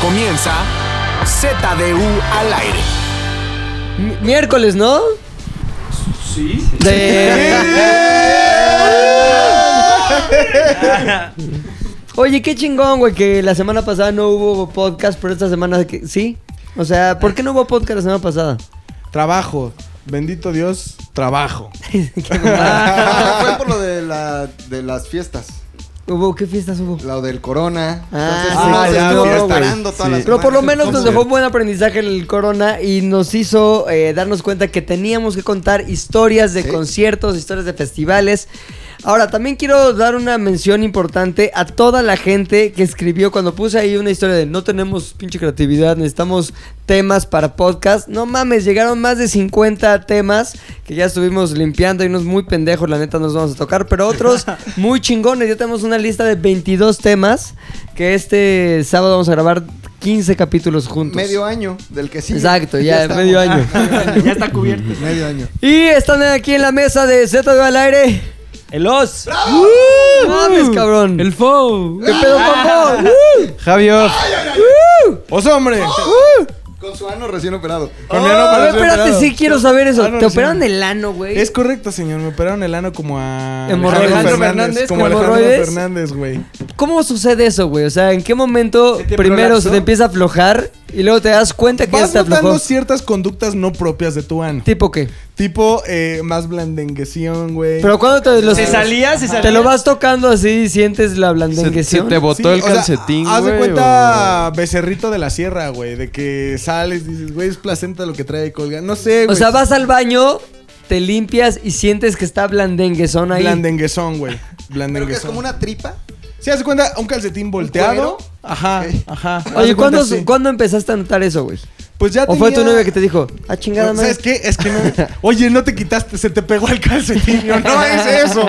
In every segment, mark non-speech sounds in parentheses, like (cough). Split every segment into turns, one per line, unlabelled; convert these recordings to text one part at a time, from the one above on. Comienza ZDU al aire.
Mi- Miércoles, ¿no?
Sí.
Oye, qué chingón, güey, que la semana pasada no hubo podcast, pero esta semana que- sí. O sea, ¿por qué no hubo podcast la semana pasada?
Trabajo. Bendito Dios, trabajo.
Qué mamada.
Fue por lo de, la, de las fiestas.
¿Hubo qué fiestas hubo?
Lo del corona.
Ah,
Entonces, uno
ah,
se
ya,
estuvo
no,
restaurando todas las
Pero por lo menos nos
entonces-
dejó un buen aprendizaje el corona y nos hizo eh, darnos cuenta que teníamos que contar historias de
Sí.
conciertos, historias de festivales. Ahora, también quiero dar una mención importante a toda la gente que escribió cuando puse ahí una historia de no tenemos pinche creatividad, necesitamos temas para podcast. No mames, llegaron más de 50 temas que ya estuvimos limpiando y unos muy pendejos, la neta, nos vamos a tocar, pero
(laughs)
otros muy chingones. Ya tenemos una lista de 22 temas que este sábado vamos a grabar 15 capítulos juntos.
Medio año del que sí.
Exacto, ya, medio
(laughs)
año.
ya está cubierto.
Medio año.
Y están aquí en la mesa de Z al aire.
(laughs)
El os.
¡No mames, cabrón!
El foe.
¡Qué
Ah.
pedo con vos! ¡Uh!
Javier. ¡Os hombre!
Con su ano recién operado.
¡Uh!
Con mi ano
A ver,
parece
espérate,
operado.
sí quiero saber eso.
Ah, no,
¿Te
no,
operaron
sí.
el ano, güey?
Es correcto, señor. Me operaron el ano como a
Hemorroides.
Alejandro
Fernández,
Fernández. Como
hemorroides.
Alejandro
(laughs)
Fernández, güey.
¿Cómo sucede eso, güey? O sea, ¿en qué momento
¿Se te
primero se
prolapsó?
te empieza a aflojar y luego te das cuenta que ya
Vas
se aflojó?
notando ciertas conductas no propias de tu ano.
¿Tipo qué?
Tipo, eh, más blandenguesión, güey.
Pero cuando te los-
Se salía, se salía.
Te lo vas tocando así y sientes la
Se, se
blandenguesión.
te botó el
o sea,
calcetín, güey.
Haz de
o-
cuenta becerrito de la sierra, güey. De que sales, dices, güey, es placenta lo que trae colga. No sé,
o
güey.
sea, vas al baño, te limpias y sientes que está blandenguezón ahí.
Blandenguesón, güey.
Pero que es
Blandenguesón.
como una tripa.
¿Sí hace cuenta? Un calcetín volteado.
cuero?
ajá,
Ok.
ajá. Haz
Oye,
de cuenta,
¿cuándo,
sí.
¿cuándo empezaste a notar eso, güey?
Pues ya
¿O fue tu
tenía-
novia que te dijo, ah, chingada madre?
¿Sabes qué? Es
(laughs)
que no. Oye, no te quitaste, se te pegó el calcetín. Yo, no es eso.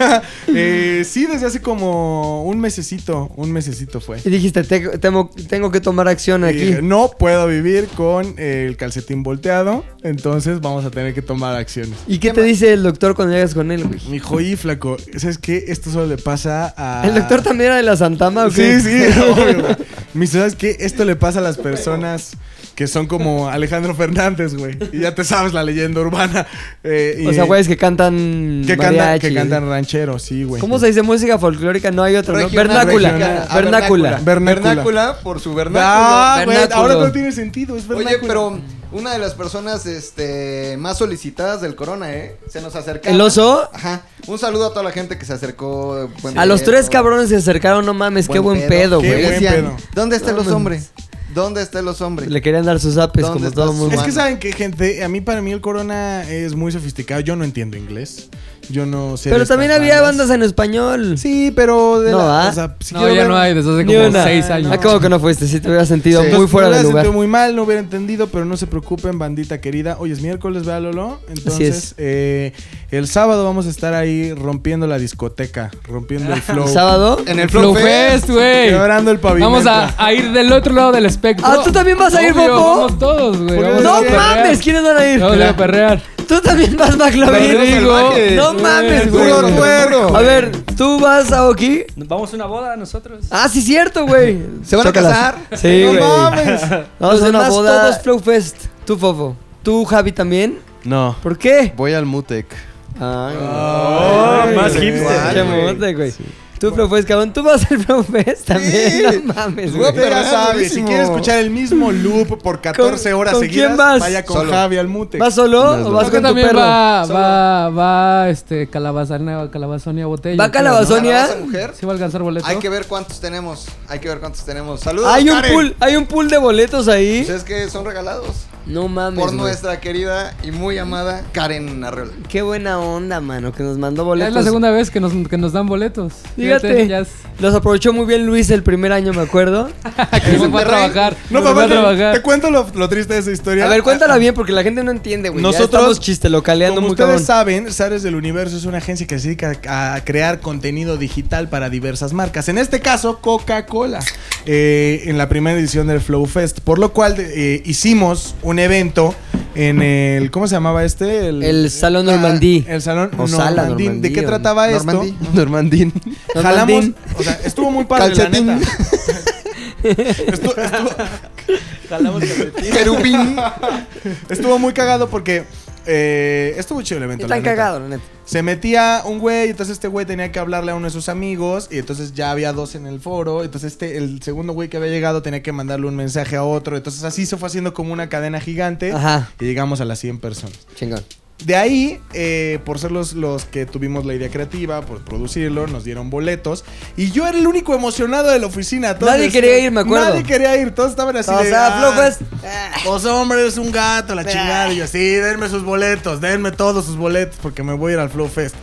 (laughs) Eh, sí, desde hace como un mesecito. Un mesecito fue.
Y dijiste, "Te- tengo, tengo que tomar acción
Y
aquí.
dije, no puedo vivir con eh, el calcetín volteado. Entonces vamos a tener que tomar acciones.
¿Y qué te dice el doctor cuando llegas con él, güey?
Mi joy flaco. ¿Sabes qué? Esto solo le pasa a.
¿El doctor también era de la Santama o qué?
Ah. Sí, sí, (laughs) obvio, güey. Mi ¿sabes qué? Esto le pasa a las personas que son como Alejandro Fernández, güey. Y ya te sabes la leyenda urbana. Eh, y-
O sea, güeyes que cantan
Que cantan,
Mm, mariachi.
que cantan ranchero, sí, güey.
¿Cómo se dice música folclórica? No hay otra, ¿no?
Regional,
Vernácula.
regional. Ah,
Vernácula.
Vernácula.
Vernácula por su vernáculo.
Ah, güey,
Vernáculo.
ahora no tiene sentido, es vernáculo.
Oye, pero una de las personas este, más solicitadas del corona, ¿eh? Se nos acercaba.
¿El oso?
Ajá. Un saludo a toda la gente que se acercó. eh, pues, buen
A los
pedo.
tres cabrones se acercaron, no mames, qué buen pedo,
Qué
güey.
buen
Decían,
pedo.
¿Dónde están
No
los
mames.
hombres? ¿Dónde están los hombres?
Le querían dar sus apes
¿Dónde
como
está
todo
su-
mundo.
Es que
Humano.
saben que, gente, a mí para mí el corona es muy sofisticado. Yo no entiendo inglés. Yo no sé. de
Pero
estas
también había
bandas.
bandas en español.
Sí, pero de
No,
la.
¿ah?
o sea, si
No,
quiero
ya
ver-
no hay, desde hace
Ni
como
una.
seis años.
Ah, ¿cómo que no fuiste? Sí, te hubiera sentido
Sí.
muy
Entonces,
fuera
me
de
hubiera
lugar.
sentido muy mal, no hubiera entendido, pero no se preocupen, bandita querida. Hoy es miércoles, vea Lolo.
es.
Entonces, eh, el sábado vamos a estar ahí rompiendo la discoteca,
(laughs)
rompiendo el flow.
¿El sábado?
En el
Flow
Flow
Fest, güey.
Quebrando el pavimento.
Vamos a, a ir del otro lado del espectro.
Ah, ¿tú también vas a ir,
Obvio,
Bobo?
Vamos todos, güey.
Porque
Vamos a
¡No
Sí.
perrear.
mames! ¿Quiénes van a ir?
Vamos a ir a perrear.
Tú también vas, McLovin.
Rodrigo.
No mames, güey.
Puro puerco.
A ver, ¿tú vas, Aoki?
Vamos a una boda nosotros.
Ah, sí, cierto, güey.
¿Se van a
Chócalas.
casar?
Sí, güey. (laughs)
mames.
Los
Los de la
demás
boda-
todos Flow Fest. Tú, Fofo. Tú, Javi, también.
No.
¿Por qué?
Voy al Mutec.
Oh, más hipster.
Qué mote, güey. Tú, Flow Fest, cabrón. Tú vas al Flow Fest también. No mames,
Güey,
güey.
Pero ya sabes, si
Perradísimo.
quieres escuchar el mismo loop por 14
¿Con-
horas
con
seguidas,
quién vas?
vaya con
Solo.
Javi al mute.
¿Vas solo o vas con
Creo que
tu
también
perro?
va, va, va, este, calabazana, calabazonia, botella.
¿Va
creo, ¿no?
Calabazón? Sonia.
Calabaza mujer.
¿Sí va a alcanzar boleto?
Hay que ver cuántos tenemos. Hay que ver cuántos tenemos. Saludos.
Hay un
Karen.
pool, hay un pool de boletos ahí.
Pues es que son regalados
No mames.
por
güey.
nuestra querida y muy amada Karen Arreola.
Qué buena onda, mano, que nos mandó
Ya
boletos.
es la segunda vez que nos, que nos dan boletos.
Fíjate,
ya es-
los aprovechó muy bien Luis el primer año, me acuerdo.
que se fue a trabajar.
No,
se fue
papá,
a
te, te
trabajar.
cuento lo, lo triste de esa historia.
A ver, cuéntala bien porque la gente no entiende, güey. Nosotros
Nosotros,
estamos chisteleando
Como
muy
ustedes
cabrón.
saben, Zares del Universo es una agencia que se dedica a a crear contenido digital para diversas marcas. En este caso, Coca-Cola. eh, en la primera edición del Flow Fest. Por lo cual eh, hicimos un evento en el. ¿Cómo se llamaba este?
El Salón
Ah,
Normandí.
El Salón
O sala
Normandí. ¿De qué
Normandí, o-
trataba esto?
Normandí.
Normandín.
Jalamos.
Normandín.
(laughs)
O sea, estuvo muy padre, la
Calcetín.
neta. Estu- estuvo,
Jalamos calcetín.
(laughs) Querubín.
estuvo muy cagado porque eh, estuvo chido el evento.
Están
la neta.
cagados, la neta.
Se metía un güey, entonces este güey tenía que hablarle a uno de sus amigos y entonces ya había dos en el foro, entonces este el segundo güey que había llegado tenía que mandarle un mensaje a otro, entonces así se fue haciendo como una cadena gigante
Ajá.
y llegamos a las 100 personas.
Chingón.
De ahí, eh, por ser los, los que tuvimos la idea creativa, por producirlo, nos dieron boletos. Y yo era el único emocionado de la oficina. todos
Nadie
est-
quería ir, me acuerdo.
Nadie quería ir, todos estaban así.
O
de,
sea,
"Ah,
Flowfest".
Pues hombre, es un gato, la chingada. Y yo, sí, denme sus boletos, denme todos sus boletos, porque me voy a ir al Flow Fest.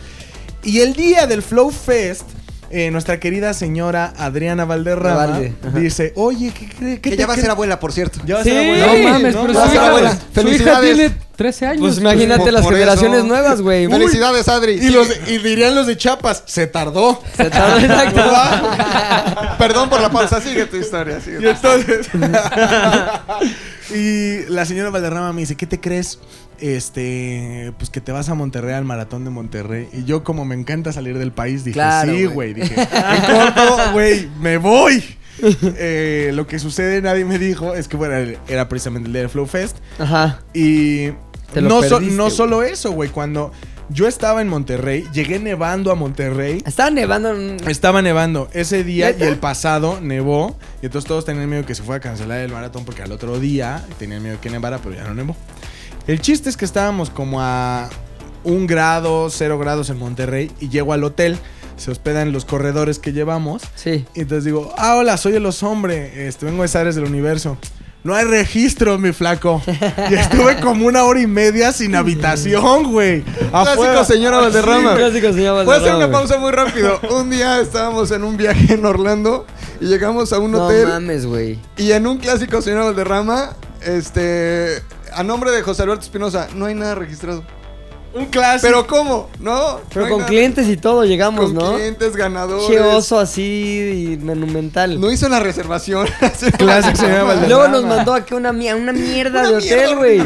Y el día del Flow Fest, eh, nuestra querida señora Adriana Valderrama
Valde, ajá.
dice: Oye, ¿qué crees?
Que ya va a ser abuela, por cierto.
Ya va a
Sí,
ser abuela.
no mames,
No,
pero
va a
su,
ser
hija,
abuela.
su hija
Felicidades.
tiene 13 años.
Pues imagínate
por-
las
por
generaciones
eso.
nuevas, güey. Uy,
(laughs) Felicidades, Adri.
Y, los, y dirían los de Chiapas, se tardó.
se tardó, exacto.
(laughs) Perdón por la pausa, sigue tu historia. sigue tu
Y entonces. (laughs) y la señora Valderrama me dice: ¿Qué te crees? Este, pues que te vas a Monterrey al maratón de Monterrey. Y yo, como me encanta salir del país, dije:
Claro,
Sí,
güey".
güey. Dije: En corto, güey, me voy. Eh, lo que sucede, nadie me dijo, es que bueno, era precisamente el día del Flow Fest.
Ajá.
Y
Te lo
no, so-
perdiste,
no
güey.
solo eso, güey. Cuando yo estaba en Monterrey, llegué nevando a Monterrey.
Estaba nevando. en-
Estaba nevando ese día
¿Neta?
y el pasado nevó. Y entonces todos tenían miedo que se fuera a cancelar el maratón porque al otro día tenían miedo que nevara, pero ya no nevó. El chiste es que estábamos como a un grado, cero grados en Monterrey y llego al hotel. Se hospedan los corredores que llevamos.
Sí.
Y entonces digo, ah, hola, soy el hombre. Este, vengo de Ares del Universo. No hay registro, mi flaco. Y estuve como una hora y media sin habitación, güey. Afuera.
Clásico, señora Valderrama.
Clásico se llama
Voy a hacer
Valderrama,
una pausa muy rápido. Un día estábamos en un viaje en Orlando y llegamos a un
güey.
hotel
No mames, güey.
y en un clásico señor Valderrama, este, a nombre de José Alberto Espinosa, no hay nada registrado.
Un clásico.
Pero cómo, no. no
Pero
hay
con
nada.
clientes y todo llegamos,
con
¿no?
clientes ganadores.
Che oso así y monumental.
No hizo la reservación. (laughs)
Clásico, señora Valderrama.
Luego nos mandó aquí una, mie- una mierda de
Una mierda,
hotel, güey.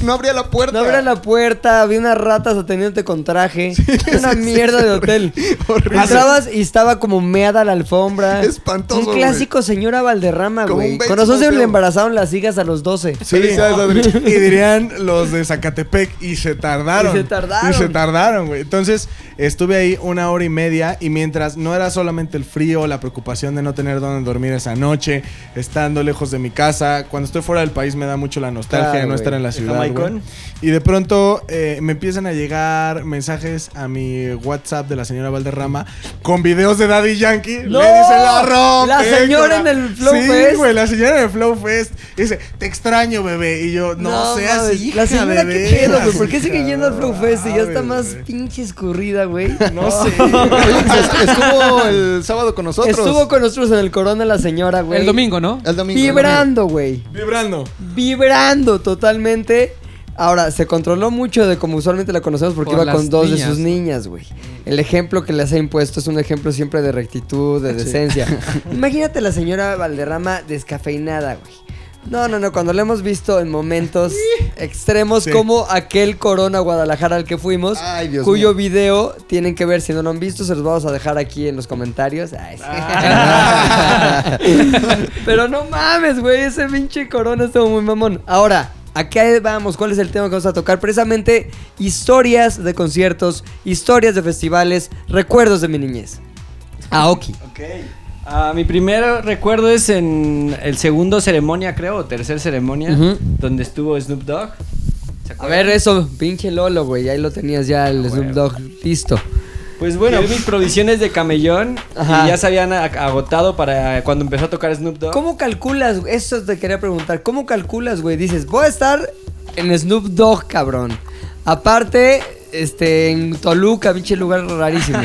No abría la puerta.
No abría
(laughs)
la puerta, había unas ratas atendiéndote con traje. una mierda de hotel.
Horrible.
Entrabas y estaba como meada la alfombra.
Espantoso,
Un clásico señora Valderrama,
Como
güey.
un beige
Con nosotros se
museo.
le embarazaron las hijas a los 12.
(laughs) Sí.
Felicidades, Adri.
(laughs)
Y dirían los de Zacatepec, y se tardaron.
Y se tardaron.
Y se tardaron, güey. Entonces, estuve ahí una hora y media, y mientras no era solamente el frío, la preocupación de no tener dónde dormir esa noche, estando lejos de mi casa, cuando estoy fuera del país me da mucho la nostalgia
Claro,
de no
güey.
estar en la
¿El
ciudad.
jamaicón?
güey. Y de pronto eh, me empiezan a llegar mensajes a mi WhatsApp de la señora Valderrama con videos de Daddy Yankee.
¡No!
Le dice la rompe.
La señora en el Flow
Sí,
Fest.
güey, la señora en el Flow Fest. Dice, te extraño, bebé. Y yo, no, seas
mames,
hija,
La señora,
bebé.
qué pedo, güey. ¿Por qué sigue yendo al Flow Fest? Y ya está
mames,
más
güey.
pinche escurrida, güey. (laughs)
No sé.
pues, Estuvo el sábado con (laughs) nosotros.
Estuvo con nosotros en el corona la señora, güey.
El domingo, ¿no?
el domingo.
Vibrando, güey.
Vibrando.
Vibrando totalmente. Ahora, se controló mucho de como usualmente la conocemos porque
Por
iba con
las
dos de
niñas.
sus niñas, güey. El ejemplo que les ha impuesto es un ejemplo siempre de rectitud, de decencia. Imagínate la señora Valderrama descafeinada, güey. No, no, no, cuando la hemos visto en momentos extremos
Sí.
como aquel Corona Guadalajara al que fuimos,
Ay, Dios
cuyo
mío.
video tienen que ver, si no lo han visto, se los vamos a dejar aquí en los comentarios. Ay, sí. Pero no mames, güey, ese pinche corona estuvo muy mamón. Ahora, ¿a qué vamos? ¿Cuál es el tema que vamos a tocar? Precisamente historias de conciertos, historias de festivales, recuerdos de mi niñez. Aoki.
Ok. Ah, mi primer recuerdo es en el segundo ceremonia, creo, o tercer ceremonia,
Ujú.
donde estuvo Snoop Dogg. ¿Se
A
acuerdan? Ah,
ver, eso, pinche Lolo, güey, ahí lo tenías ya el Snoop Dogg listo.
Pues bueno, vi mis provisiones de camellón
Ajá.
y ya se habían a- agotado para cuando empezó a tocar Snoop Dogg.
¿Cómo calculas? güey? Eso te quería preguntar. ¿Cómo calculas, güey? Dices, voy a estar en Snoop Dogg, cabrón. Aparte, este, en Toluca, pinche lugar rarísimo.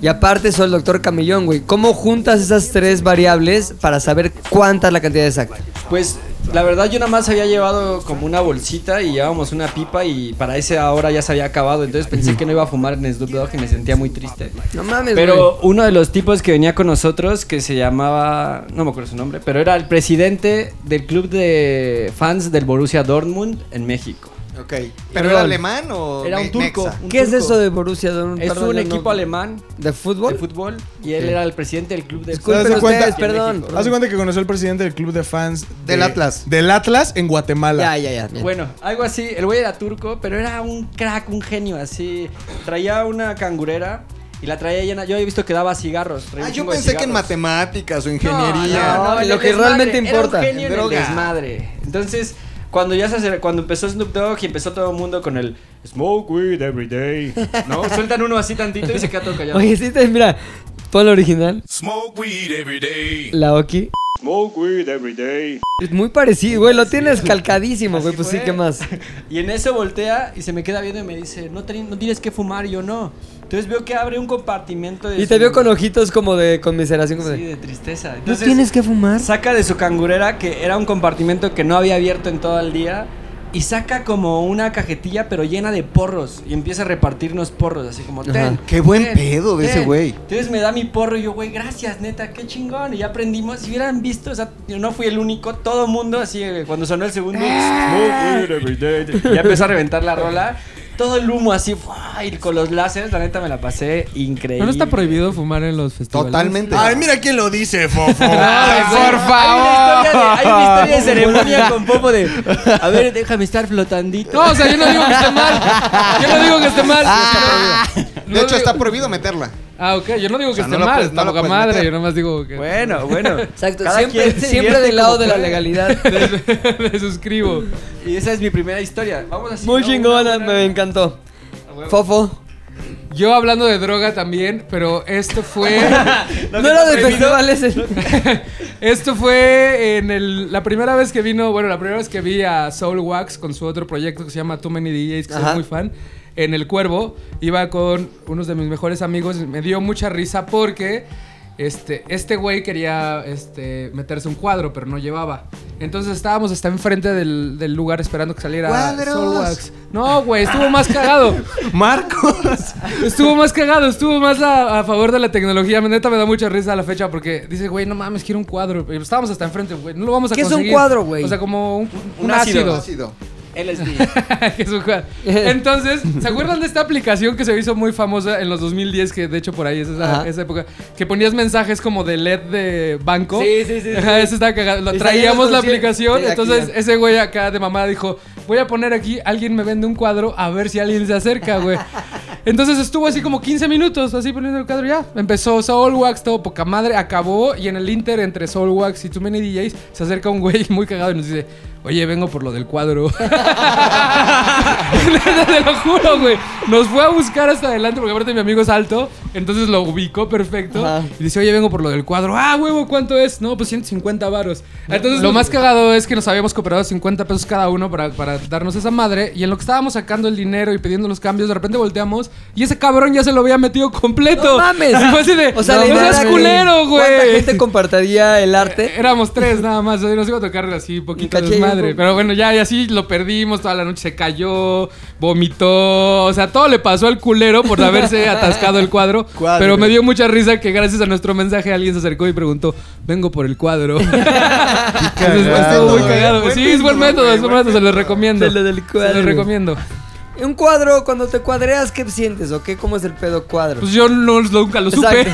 Y aparte soy el doctor Camellón, güey. ¿Cómo juntas esas tres variables para saber cuánta es la cantidad exacta?
Pues la verdad yo nada más había llevado como una bolsita y llevábamos una pipa y para esa hora ya se había acabado, entonces pensé que no iba a fumar en Snoop Dogg y me sentía muy triste.
No mames,
Pero uno de los tipos que venía con nosotros, que se llamaba, no me acuerdo su nombre, pero era el presidente del club de fans del Borussia Dortmund en México.
Ok. ¿Pero
Perdón.
era alemán o
Era un
ne-
turco.
nexa?
un
¿Qué es
turco.
eso de Borussia Dortmund?
Es
Perdón,
un
no-
equipo alemán
¿De
de
fútbol?
fútbol y él era el presidente del club de
Disculpen
¿Te das
ustedes,
cuenta?
perdón. perdón.
Haz de cuenta que conoció al presidente del club de fans
Del Atlas.
Del Atlas en Guatemala.
Ya, ya, ya. bien.
Bueno, algo así. El güey era turco, pero era un crack, un genio, así. Traía una cangurera y la traía llena. Yo he visto que daba cigarros. traía
Ah,
un
yo
chingo de
pensé que en
cigarros.
matemáticas o ingeniería.
no,
en el
lo que
desmadre,
realmente importa.
Era un
En
genio en el
droga.
desmadre. Entonces, cuando ya se acer- cuando empezó Snoop Dogg y empezó todo el mundo con el Smoke weed every day, ¿no? Sueltan uno así tantito y se queda todo callado.
Oye, sí, te- mira, pon la original,
Smoke weed every day.
la Oki.
Smoke weed every day.
Es muy parecido, güey, lo tienes calcadísimo, güey,
Así
pues sí,
fue.
¿qué más?
(laughs) Y en eso voltea y se me queda viendo y me dice, "No, ten- no tienes que fumar." Y yo, "No." Entonces veo que abre un compartimento de
Y te
su-
vio con ojitos como de conmiseración, como
Sí,
de...
de tristeza.
¿No
Entonces,
tienes que fumar?
Saca de su cangurera, que era un compartimento que no había abierto en todo el día, y saca como una cajetilla, pero llena de porros, y empieza a repartirnos porros, así como, ten.
Qué buen
ten,
pedo de ese
ten".
güey.
Entonces me da mi porro y yo, güey, gracias, neta, qué chingón. Y ya aprendimos. Si hubieran visto, o sea, yo no fui el único, todo mundo, así, eh, cuando sonó el segundo,
Ah.
"Smoke weed every day", ya empezó a reventar la rola. Todo el humo así, ¡fua! y con los láseres, la neta me la pasé increíble.
Pero no está prohibido fumar en los festivales.
Totalmente.
Ay, mira quién lo dice, Fofo.
por favor. Hay una, historia de, hay una historia de ceremonia con Popo de. A ver, déjame estar flotandito.
No, o sea, yo no digo que esté mal. Yo no digo que esté mal.
Ah. De hecho, está prohibido meterla.
Ah, ok, yo no digo que
sea,
esté
no lo
mal.
puedes- no lo puedes
tampoco madre,
meter.
yo nomás digo que.
(laughs)
Bueno, bueno.
Exacto,
Cada
siempre,
quien se
siempre
divierte
del lado
como
de la
puede.
legalidad.
(laughs) Me suscribo.
Y esa es mi primera historia. Vamos
(laughs)
así.
Muy
¿no?
chingona,
Una-
me encantó. Fofo.
Yo hablando de droga también, pero esto fue.
Ah, No era de festivales.
(laughs) esto fue en el, la primera vez que vino. Bueno, la primera vez que vi a Soul Wax con su otro proyecto que se llama Too Many DJs, que
Ajá.
soy muy fan. En El Cuervo. Iba con unos de mis mejores amigos. Me dio mucha risa porque. Este, este güey quería este, meterse un cuadro, pero no llevaba. Entonces estábamos hasta enfrente del, del lugar esperando que saliera
¡Cuadros!
Soul Wax. No, güey, estuvo más cagado.
(laughs)
Marcos.
Estuvo más cagado, estuvo más a, a favor de la tecnología. Neta me da mucha risa a la fecha porque dice, güey, no mames, quiero un cuadro. Y Estábamos hasta enfrente, güey. No lo vamos a
¿Qué es un
conseguir.
cuadro, güey?
O sea, como un,
Un
un ácido.
ácido.
Ácido.
(laughs)
LSD.
que es un cuadro. Entonces, ¿se acuerdan de esta aplicación que se hizo muy famosa en los 2010? Que de hecho por ahí es esa,
Ajá.
esa época. Que ponías mensajes como de LED de banco.
Sí, sí, sí, sí.
Ajá, eso estaba cagado. Lo-
Y salían los
traíamos la
conciertos.
aplicación.
Sí, aquí
entonces,
ya.
ese güey acá de mamá dijo: Voy a poner aquí, alguien me vende un cuadro a ver si alguien se
(laughs)
acerca, güey. Entonces estuvo así como 15 minutos, así poniendo el cuadro ya. Empezó Soulwax, todo poca madre, acabó. Y en el Inter, entre Soulwax y Too Many DJs, se acerca un güey muy cagado y nos dice: Oye, vengo por lo del cuadro. (laughs) Neta, Te lo juro, güey. Nos fue a buscar hasta adelante porque aparte mi amigo es alto. Entonces lo ubicó perfecto.
Ajá.
Y dice, oye, vengo por lo del cuadro. Ah, huevo, ¿cuánto es? No, pues 150 varos. Entonces lo más cagado es que nos habíamos cooperado 50 pesos cada uno para, para darnos esa madre. Y en lo que estábamos sacando el dinero y pidiendo los cambios, de repente volteamos. Y ese cabrón ya se lo había metido completo.
¡No mames!
Y (laughs) fue así de,
O sea,
no,
la idea
seas
era que-
culero, güey.
¿Cuánta gente compartiría el
Eh,
arte?
Éramos tres nada más, o sea, nos iba a tocar así poquito
Este. Caché,
desmadre.
un-
Pero bueno, ya y así lo perdimos, toda la noche se cayó, vomitó, o sea, todo le pasó al culero por haberse atascado el cuadro.
Cuadro.
Pero me dio mucha risa que gracias a nuestro mensaje alguien se acercó y preguntó, vengo por el cuadro. Entonces
cagado,
estuvo muy
güey.
cagado.
Buen
sí, es buen
método,
método,
güey,
es buen
buen
método, se los
método.
recomiendo.
De (laughs) lo del
Se
cuadro.
los recomiendo.
Un cuadro, cuando te cuadreas, ¿qué sientes? ¿O qué? ¿Cómo es el pedo cuadro?
Pues yo no, nunca lo supe.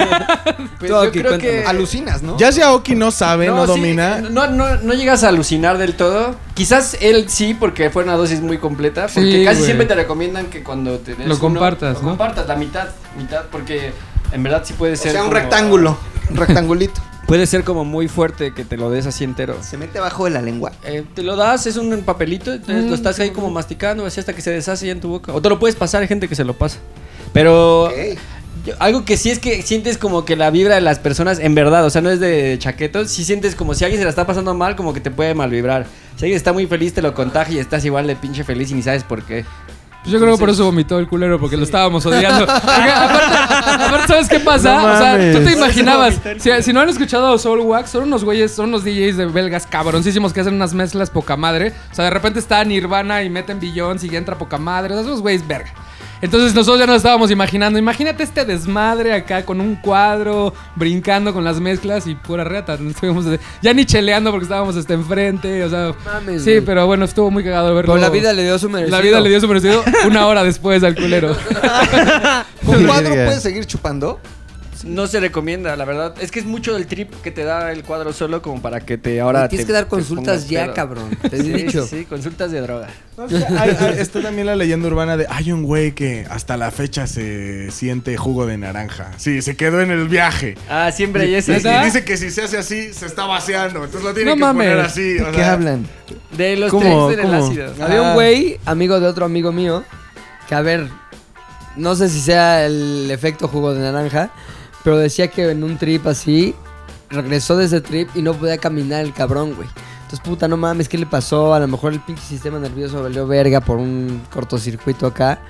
(laughs)
Pues
Tú,
yo
Aki,
creo
cuéntanos.
que-
Alucinas, ¿no?
Ya si Aoki no sabe, no,
sí,
domina.
no, no, no llegas a alucinar del todo. Quizás él sí, porque fue una dosis muy completa. Porque
Sí,
casi
güey.
siempre te recomiendan que cuando tenés.
Lo
uno,
compartas,
lo
¿no?
compartas la mitad, mitad, porque en verdad sí puede
O
ser.
sea, un
como-
rectángulo.
(laughs)
Un rectangulito.
Puede ser como muy fuerte que te lo des así entero.
Se mete abajo de la lengua.
Eh, te lo das, es un papelito, entonces lo estás ahí como masticando, así hasta que se deshace ya en tu boca. O te lo puedes pasar, hay gente que se lo pasa. Pero
Ok.
yo- algo que sí es que sientes como que la vibra de las personas, en verdad, o sea, no es de chaquetos, sí sientes como si alguien se la está pasando mal, como que te puede mal vibrar. Si alguien está muy feliz, te lo contagia y estás igual de pinche feliz y ni sabes por qué.
Pues Yo creo que por eso vomitó el culero, porque lo estábamos
(laughs)
odiando. Porque aparte, aparte, ¿sabes qué pasa?
No
o sea, tú te
mames.
imaginabas. Si, si no han escuchado a Soul Wax, son unos güeyes, son unos DJs de belgas cabroncísimos que hacen unas mezclas poca madre. O sea, de repente está Nirvana y meten Billions y entra poca madre. O sea, son unos güeyes verga. Entonces nosotros ya nos estábamos imaginando. Imagínate este desmadre acá con un cuadro, brincando con las mezclas y pura reata. Nos estuvimos, eh, ya ni cheleando porque estábamos hasta enfrente. O sea,
Mames,
sí,
güey.
pero bueno, estuvo muy cagado verlo.
Pero la vida le dio su merecido.
La vida le dio su merecido una hora después
(laughs)
al culero.
¿Un cuadro puede seguir chupando?
No se recomienda, la verdad. Es que es mucho del trip que te da el cuadro solo como para que te ahora.
Tienes que
te-
dar
te
consultas
pongas
ya,
pedo.
cabrón. Te he
Sí,
dicho.
sí, consultas de droga.
No sé, (laughs) hay- hay- está también la leyenda urbana de hay un güey que hasta la fecha se siente jugo de naranja. Sí, se quedó en el viaje.
Ah, siempre hay
Y,
ese.
¿Neta?
y dice que si se hace así, se está vaciando. Entonces lo tiene
No
que
mames.
poner así. o
¿Qué
sea, (laughs)
hablan?
De los
¿Cómo?
tres del
¿Cómo?
ácido.
Había un
Ah.
güey, amigo de otro amigo mío, que a ver, no sé si sea el efecto jugo de naranja, pero decía que en un trip así, regresó de ese trip y no podía caminar el cabrón, güey. Entonces, puta, no mames, ¿qué le pasó? A lo mejor el pinche sistema nervioso valió verga por un cortocircuito acá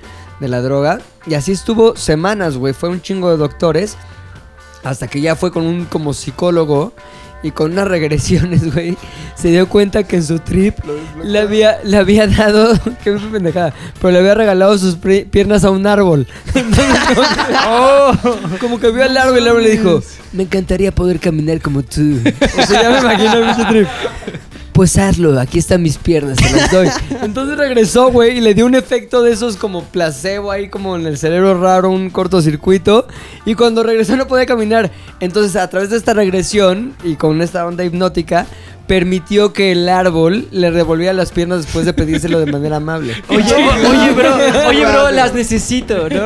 de la droga. Y así estuvo semanas, güey. Fue un chingo de doctores. Hasta que ya fue con un como psicólogo y con unas (laughs) regresiones, güey, se dio cuenta que en su trip le había, le había dado, (laughs) que es una pendejada, pero le había regalado sus pri- piernas a un árbol. (laughs) Entonces, como, que, oh, como que vio al árbol y el árbol le dijo, me encantaría poder caminar como tú. (laughs) O sea, ya me imagino el pinche trip. Pues hazlo, aquí están mis piernas, te las doy. (laughs) Entonces regresó, güey, y le dio un efecto de esos como placebo ahí, como en el cerebro raro, un cortocircuito. Y cuando regresó no podía caminar. Entonces, a través de esta regresión y con esta onda hipnótica, permitió que el árbol le revolviera las piernas después de pedírselo de manera (laughs) amable.
Oye, oye, bro, oye, bro, las necesito, ¿no?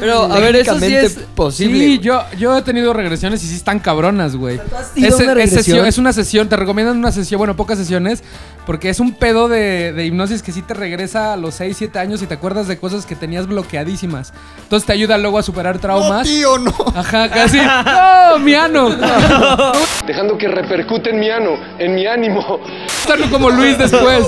Pero, a ver, eso sí es
Lógicamente
posible.
Sí,
güey.
yo, yo he tenido regresiones y sí están cabronas, güey.
¿Tú has ido a
Es-
una
es
regresión?
sesión- es una sesión, te recomiendan una sesión, bueno, pocas sesiones, porque es un pedo de, de hipnosis que sí te regresa a los 6, 7 años y te acuerdas de cosas que tenías bloqueadísimas. Entonces te ayuda luego a superar
No,
traumas.
tío, no.
(laughs)
Ajá, casi. ¡No, mi ano!
dejando que repercute en mi ano, en mi ánimo.
Estarlo como Luis
(laughs)
después.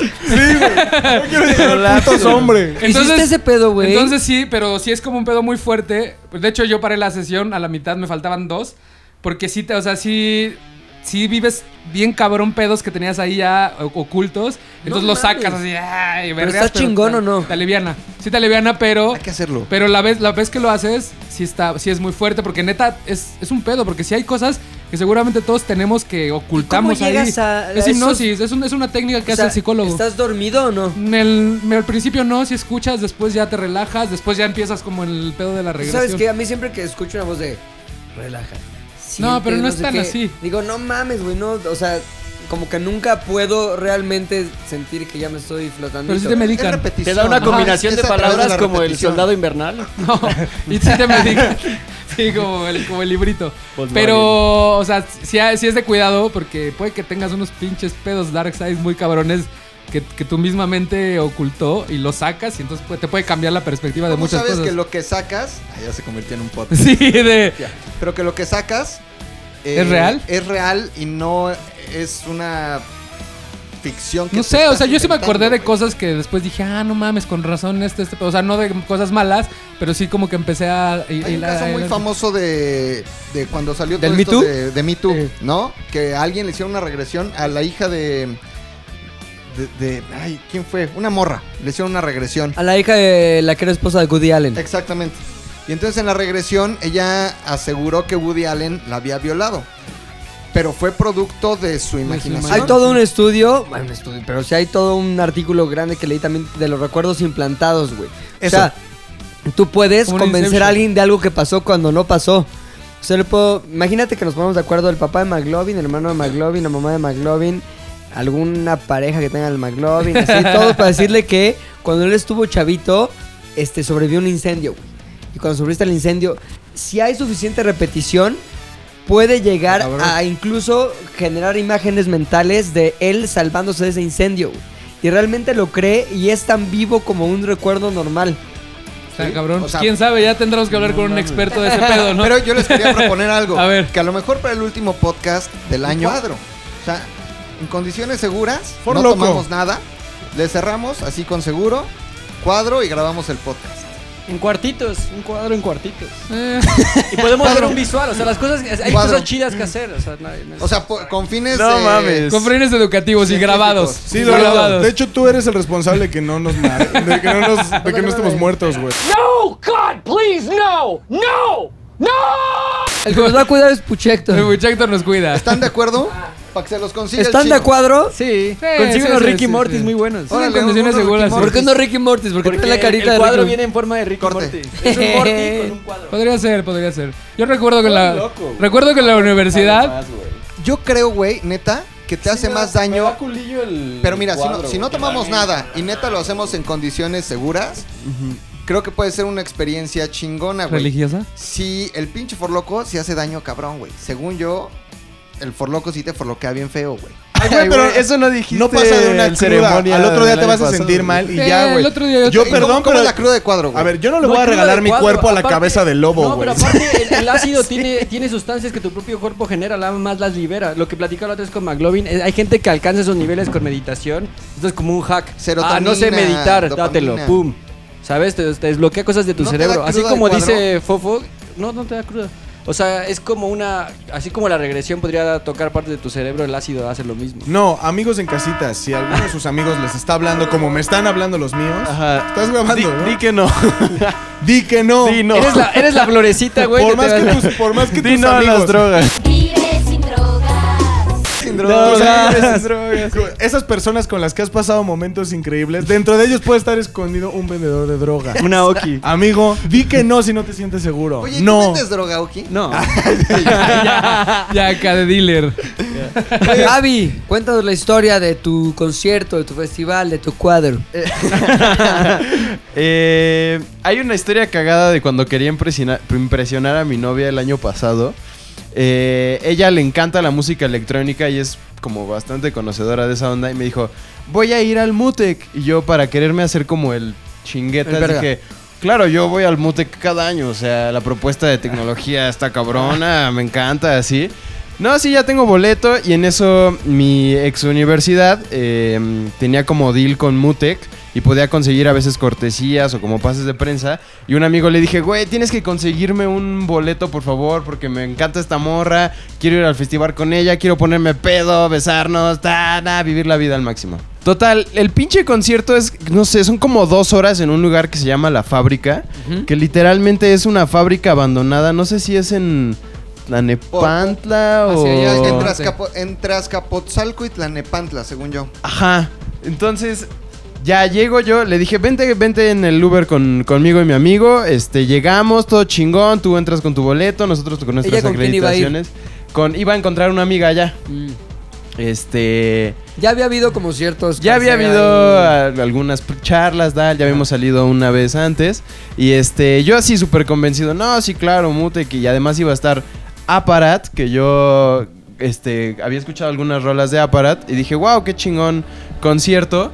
Putos hombre.
¿Hiciste ese pedo, güey?
Entonces sí, pero sí es como un pedo muy fuerte. De hecho, yo paré la sesión a la mitad, me faltaban dos. Porque sí, te- o sea, sí, sí vives bien cabrón pedos que tenías ahí ya o- ocultos. Entonces los
mames.
sacas así, ay,
¿Pero
berreas,
está chingón
te-
o no?
Te aliviana. Sí te aliviana, pero...
Hay que hacerlo.
Pero la vez, la vez que lo haces, sí, está, sí es muy fuerte, porque neta es, es un pedo, porque sí hay cosas que seguramente todos tenemos que ocultamos ahí.
llegas a- a
es
esos-
hipnosis, es, un- es una técnica
O
que hace
sea,
el psicólogo.
¿Estás dormido o no?
En el- me- al principio no, si escuchas, después ya te relajas, después ya empiezas como en el pedo de la regresión.
¿Sabes qué? A mí siempre que escucho una voz de relájate.
No, pero no
siente,
es
sé
tan
qué",
así.
Digo, no mames, güey, no, o sea, como que nunca puedo realmente sentir que ya me estoy flotando.
Pero sí te
Es
medican.
repetición.
Te da una
Ajá,
combinación
es
de
a través
palabras
la
como el
repetición.
soldado invernal.
(laughs) No, y sí te medican. (laughs) Sí, como el, como el librito. Pero, o sea, sí, ha- sí es de cuidado porque puede que tengas unos pinches pedos dark sides muy cabrones que, que tu misma mente ocultó y los sacas y entonces puede- te puede cambiar la perspectiva de
¿Cómo
muchas
sabes
cosas.
que lo que sacas... Ah, ya se convirtió en un podcast.
(laughs) Sí, de...
Ya. Pero que lo que sacas... eh,
¿Es real?
Es real y no es una ficción que
No
te
sé, o
estás
sea, yo sí me acordé de
inventando, güey.
cosas que después dije, ah, no mames, con razón este, este, o sea, no de cosas malas, pero sí como que empecé a... y-
Hay
y
un
la-
caso muy
la-
famoso de, de cuando salió
¿Del
todo
Me
esto
Too?
de, de Me Too,
Sí.
¿no? Que a alguien le hicieron una regresión a la hija de, de, de- Ay, ¿quién fue? Una morra. Le hicieron una regresión.
A la hija de la que era esposa de Woody Allen.
Exactamente. Y entonces en la regresión ella aseguró que Woody Allen la había violado. Pero fue producto de su imaginación.
Hay todo un estudio, bueno, un estudio, pero sí hay todo un artículo grande que leí también de los recuerdos implantados, güey. O
Eso.
sea, tú puedes
Como una
convencer
Inception.
a alguien de algo que pasó cuando no pasó. O sea, le puedo, imagínate que nos ponemos de acuerdo el papá de McLovin, el hermano de McLovin, la mamá de McLovin, alguna pareja que tenga el McLovin,
(laughs)
así, todo para decirle que cuando él estuvo chavito, este, sobrevivió a un incendio, güey. Y cuando sobreviviste al incendio, si hay suficiente repetición, puede llegar a incluso generar imágenes mentales de él salvándose de ese incendio. güey. Y realmente lo cree y es tan vivo como un recuerdo normal.
Está cabrón.
O sea,
¿Quién sabe? Ya tendremos que hablar con un experto de ese pedo, ¿no?
Pero yo les quería proponer algo.
A ver.
Que a lo mejor para el último podcast del año. Cuadro. O sea, en condiciones seguras,
For
no
loco.
tomamos nada. Le cerramos así con seguro, cuadro y grabamos el podcast.
En cuartitos, un cuadro en cuartitos.
Eh,
Y podemos hacer
Cuadro.
un visual, o sea, las cosas, hay
Cuadro.
cosas chidas que hacer. O sea, no, no es-
O sea, po- con fines
No
de-
mames.
con frenes educativos y grabados.
Sí,
Y
lo
grabados.
De hecho, tú eres el responsable de que no nos mar- de que no, nos- de que no estemos muertos, güey.
El que nos va a cuidar es Puchector.
El Buchector nos cuida.
¿Están de acuerdo? Para que se los consiga el
¿Están de
chino.
acuerdo?
sí,
Sí,
consigue
sí,
unos
sí,
Ricky
sí,
Mortis
sí.
muy buenos.
en
Órale,
condiciones
uno
seguras.
Ricky
¿Por qué
Mortis.
no Ricky Mortis? ¿Por qué
Porque
tiene la carita
el cuadro
de Ricky
viene en forma de Ricky
Corte.
Mortis. Es un Morty con un cuadro.
Podría ser, podría ser. Yo recuerdo que en la,
loco, güey.
recuerdo que en la universidad.
Además, güey.
Yo creo, güey, neta, que te hace
Me da-
más
me
daño.
da culillo el
Pero mira, si no-
cuadro,
si no,
güey.
tomamos nada y neta lo hacemos en condiciones seguras, creo que puede ser una experiencia chingona, güey.
¿Religiosa?
Si el pinche forloco sí hace daño cabrón, güey. Según yo, el forloco sí te forloquea bien feo, güey.
Ay, güey, pero eso no dijiste.
No pasa de una
en
cruda. Al otro día
del
te vas
año
a sentir
pasado,
mal y
Eh,
ya, güey.
el otro día yo-
Yo,
¿Y cómo-
perdón,
¿cómo
pero.
es la cruda de cuadro, güey?
A ver, yo no le
No,
voy a
cruda
regalar
de
mi
cuadro,
cuerpo a la
aparte-
cabeza del
No,
lobo, güey.
pero aparte el,
(laughs)
el ácido tiene, tiene sustancias que tu propio cuerpo genera, nada más las libera. Lo que platicaba la otra vez con McLovin, eh, hay gente que alcanza esos niveles con meditación. Esto es como un hack.
Serotonina,
ah, no sé meditar,
dopamina.
dátelo, pum. ¿Sabes? Te, te desbloquea cosas de tu
¿No te da
cerebro. Así
cruda de
como
cuadro?
dice Fofo, no, no te da cruda. O sea, es como una. Así como la regresión podría tocar parte de tu cerebro, el ácido hace lo mismo.
No, amigos en casitas, si alguno de sus amigos les está hablando como me están hablando los míos,
Ajá.
(laughs)
estás grabando,
Di,
¿no?
di que no.
Di que no.
Di no.
Eres, la, eres la florecita, güey.
(laughs) por,
que
más
te da-
(laughs) que tus, por más que
Di
tus
no a las
(laughs)
amigos.
drogas.
Vive sin drogas.
Sin
O sea,
drogas.
(laughs) esas- Esas personas con las que has pasado momentos increíbles, dentro de ellos puede estar escondido un vendedor de droga.
Una Oki.
Amigo, di que no si no te sientes seguro.
Oye, ¿y
no.
¿tú vendes droga, Oki?
No.
Ya acá de dealer.
Mortis? Javi, cuéntanos la historia de tu concierto, de tu festival, de tu cuadro.
Eh, hay una historia cagada de cuando quería impresiona- impresionar a mi novia el año pasado. Eh, ella le encanta la música electrónica y es como bastante conocedora de esa onda. Y me dijo, voy a ir al Mutec. Y yo, para quererme hacer como el
El
chingueta,
verga.
(laughs)
dije, claro, yo voy al Mutec cada año. O sea, la propuesta de tecnología está cabrona, me encanta, así. No, sí, ya tengo boleto. Y en eso mi ex universidad eh, tenía como deal con Mutec y podía conseguir a veces cortesías o como pases de prensa. Y un amigo le dije, güey, tienes que conseguirme un boleto, por favor, porque me encanta esta morra. Quiero ir al festival con ella, quiero ponerme pedo, besarnos, ta, na, vivir la vida al máximo. Total, el pinche concierto es, no sé, son como dos horas en un lugar que se llama La Fábrica, que literalmente es una fábrica abandonada. No sé si es en Tlanepantla o.
Hacia allá,
Ah, Ya, En,
Oh.
Tlaxcapo- en Tlaxcapotzalco y Tlanepantla, según yo.
Ajá. Entonces, ya llego yo, le dije, vente, vente en el Uber con, conmigo y mi amigo. Este, llegamos, todo chingón, tú entras con tu boleto, nosotros con nuestras
¿Ella con quién iba a ir?
acreditaciones. Con, iba a encontrar una amiga allá. Este.
Mm. Ya había habido como ciertos...
Ya había
ahí.
habido a- algunas pr- charlas, tal, ya habíamos salido una vez antes. Y este, yo así súper convencido, no, sí, claro, Mutec. Y además iba a estar Aparat, que yo este, había escuchado algunas rolas de Aparat. Y dije, wow, qué chingón concierto.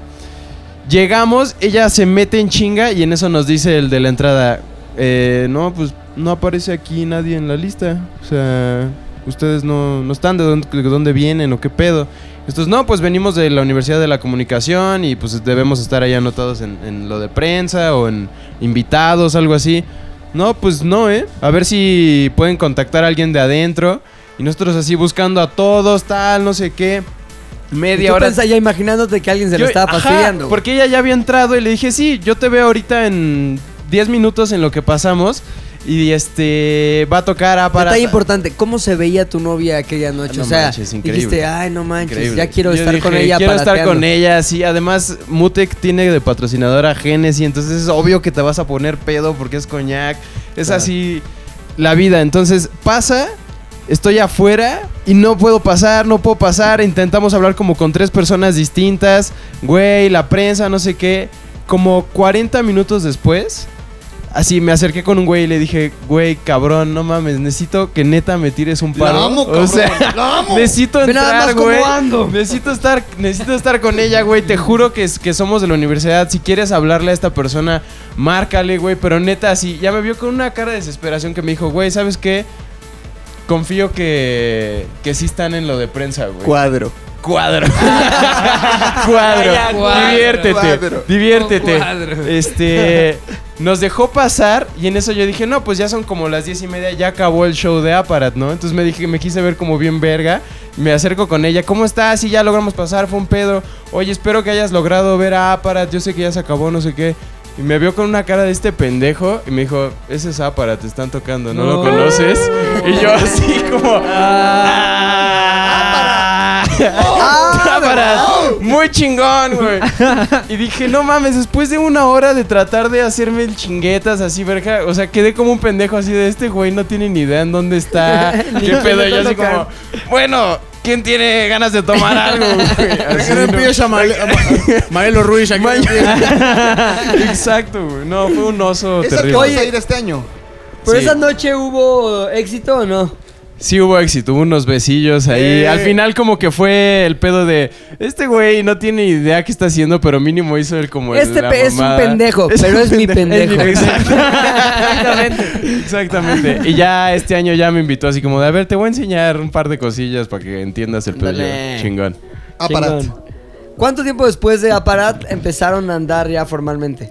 Llegamos, ella se mete en chinga y en eso nos dice el de la entrada, "Eh, no, pues no aparece aquí nadie en la lista. O sea, ustedes no, no están, ¿de dónde, de dónde vienen o qué pedo? Estos, no, pues venimos de la Universidad de la Comunicación y pues debemos estar ahí anotados en, en lo de prensa o en invitados, algo así. No, pues no, ¿eh? A ver si pueden contactar a alguien de adentro. Y nosotros así buscando a todos, tal, no sé qué.
Y
eh, Media
tú
hora.
piensas ya imaginándote que alguien se lo
Yo-
estaba
ajá,
fastidiando. güey.
porque ella ya había entrado y le dije, sí, yo te veo ahorita en 10 minutos en lo que pasamos. Y este, va a tocar a para...
Detalle importante, ¿cómo se veía tu novia aquella noche?
No
o sea,
manches, increíble.
dijiste, ay, no manches,
Increíble.
ya quiero
Yo
estar
dije,
con ella
Quiero estar
palateando".
con ella, sí. Además, Mutec tiene de patrocinadora Genesis, entonces es obvio que te vas a poner pedo porque es coñac. Es así la vida. Entonces pasa, estoy afuera y no puedo pasar, no puedo pasar. Intentamos hablar como con tres personas distintas. Güey, la prensa, no sé qué. Como 40 minutos después, así me acerqué con un güey y le dije, güey, cabrón, no mames, necesito que neta me tires un paro.
La amo,
O
cabrón.
sea,
la amo.
Necesito
Ve nada
entrar,
más cómo
güey.
ando.
Necesito estar, necesito estar con ella, güey. Te juro que, es- que somos de la universidad. Si quieres hablarle a esta persona, márcale, güey. Pero neta, así, ya me vio con una cara de desesperación que me dijo, güey, ¿sabes qué? Confío que, que sí están en lo de prensa, güey.
Cuadro.
Cuadro. (laughs) cuadro.
Cuadro.
Diviértete.
Cuadro.
Diviértete.
Cuadro.
Este. Nos dejó pasar y en eso yo dije, no, pues ya son como las diez y media, ya acabó el show de Aparat, ¿no? Entonces me dije, me quise ver como bien verga. Me acerco con ella, ¿cómo estás? Sí, ya logramos pasar, fue un pedo. Oye, espero que hayas logrado ver a Aparat, yo sé que ya se acabó, no sé qué. Y me vio con una cara de este pendejo y me dijo, ese es Aparat, te están tocando, ¿no,
No.
lo conoces? Y yo así como... (laughs) "Ah". Aparat, muy chingón, güey. Y dije, no mames, después de una hora de tratar de hacerme el chinguetas así, verga, o sea, quedé como un pendejo así de este güey, no tiene ni idea en
(laughs)
dónde está, qué pedo, yo así como, bueno, ¿quién tiene ganas de
(laughs)
tomar algo, güey? Así,
Que no empieza
(laughs)
Mael- Ma- Maelo Ruiz aquí.
¿no? Exacto, güey, no, fue un oso
Esa que
terrible.
vas a ir este año.
¿Pero
Sí.
esa noche hubo éxito o no?
Sí hubo éxito, hubo unos besillos ahí.
Eh.
Al final como que fue el pedo de, este güey no tiene idea qué está haciendo, pero mínimo hizo el como el-
Este
Pues, la
pe- es un
mamada.
pendejo, pero
un
es mi
(laughs)
pendejo. (laughs)
Exactamente. Exactamente. Y ya este año ya me invitó así como de, a ver, te voy a enseñar un par de cosillas para que entiendas el pedo. Yo,
Ándale.
Chingón.
Aparat.
Chingón. ¿Cuánto tiempo después de Aparat empezaron a andar ya formalmente?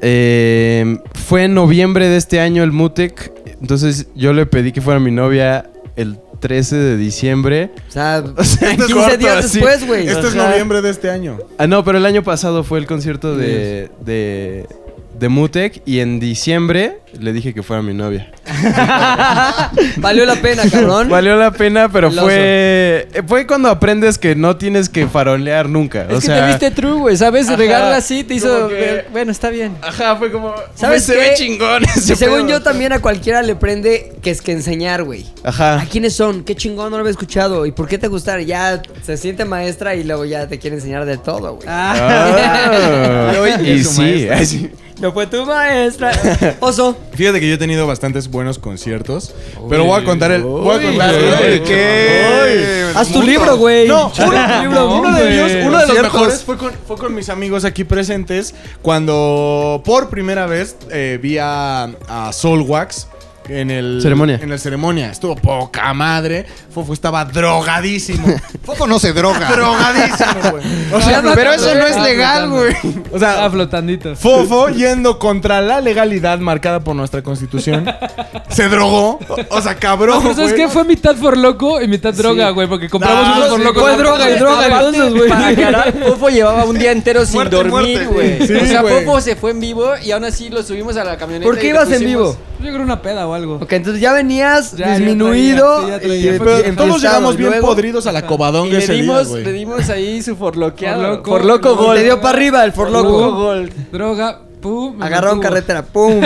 Eh, fue en noviembre de este año el Mutec. Entonces yo le pedí que fuera mi novia el 13 de diciembre.
O sea,
O sea,
(laughs)
15
corto,
días
así.
después, güey.
Este es noviembre de este año.
Ah, no, pero el año pasado fue el concierto de, de, de Mutec y en diciembre le dije que fuera mi novia.
(laughs) Valió la pena, cabrón.
(laughs) Valió la pena, pero
El
fue eh, fue cuando aprendes que no tienes que farolear nunca.
Es
o
que
sea,
te viste true, güey, ¿sabes?
Ajá.
Regarla así te hizo...
Como que-
Bueno, está bien.
Ajá, fue como.
¿Sabes
se
qué?
ve chingón. ese
Y según
pedo.
yo también a cualquiera le prende que es que enseñar, güey. ¿A
Ajá.
quiénes son? ¿Qué chingón no lo había escuchado? ¿Y por qué te gustaron? Ya se siente maestra y luego ya te quiere enseñar de todo, güey.
Ah.
Oye,
y
es su
sí.
maestra.
ay, sí.
No fue tu maestra. Oso.
Fíjate que yo he tenido bastantes buenos conciertos, pero voy a contar el. Voy a contar
Uy.
el que.
Haz tu libro, güey.
No, uno,
libro,
uno de
hombre.
ellos, uno de los
Conciertos.
mejores fue con, fue con mis amigos aquí presentes cuando por primera vez eh, vi a, a Solwax. En el
Ceremonia.
En la ceremonia. Estuvo poca madre. Fofo estaba (laughs) drogadísimo.
Fofo no se droga.
(laughs) drogadísimo, güey. O sea,
Estaba
pero eso no es
flotando.
legal, güey. O sea,
Estaba Ah, flotandito.
Fofo, yendo contra la legalidad marcada por nuestra constitución, se drogó. O sea,
No,
cabrón.
pero ¿sabes
güey.
qué? Fue mitad por loco y mitad droga, güey. Porque compramos
No,
unos por
sí,
loco.
fue
droga
(laughs)
y droga,
entonces, güey.
Para aclarar,
(laughs)
Fofo llevaba un día entero sin
Muerte,
dormir,
muerte.
güey.
Sí,
o sea,
güey.
Fofo se fue en vivo y aún así lo subimos a la camioneta.
¿Por qué
y le
ibas en
pusimos-
vivo?
Yo creo una peda o algo.
Ok, entonces ya venías
Ya, ya
disminuido.
traía, sí, ya traía.
y- y
Pero
Pero
empezado,
todos llegamos
y
bien
luego
podridos a la
Y
cobadonga
le
ese día,
dimos, le
güey.
dimos ahí su forloqueado.
Forloco.
Por loco
Te
gol.
Te dio para arriba el forloco.
gol.
Droga, pum. me
Agarraron
mantuvo.
carretera, ¡pum!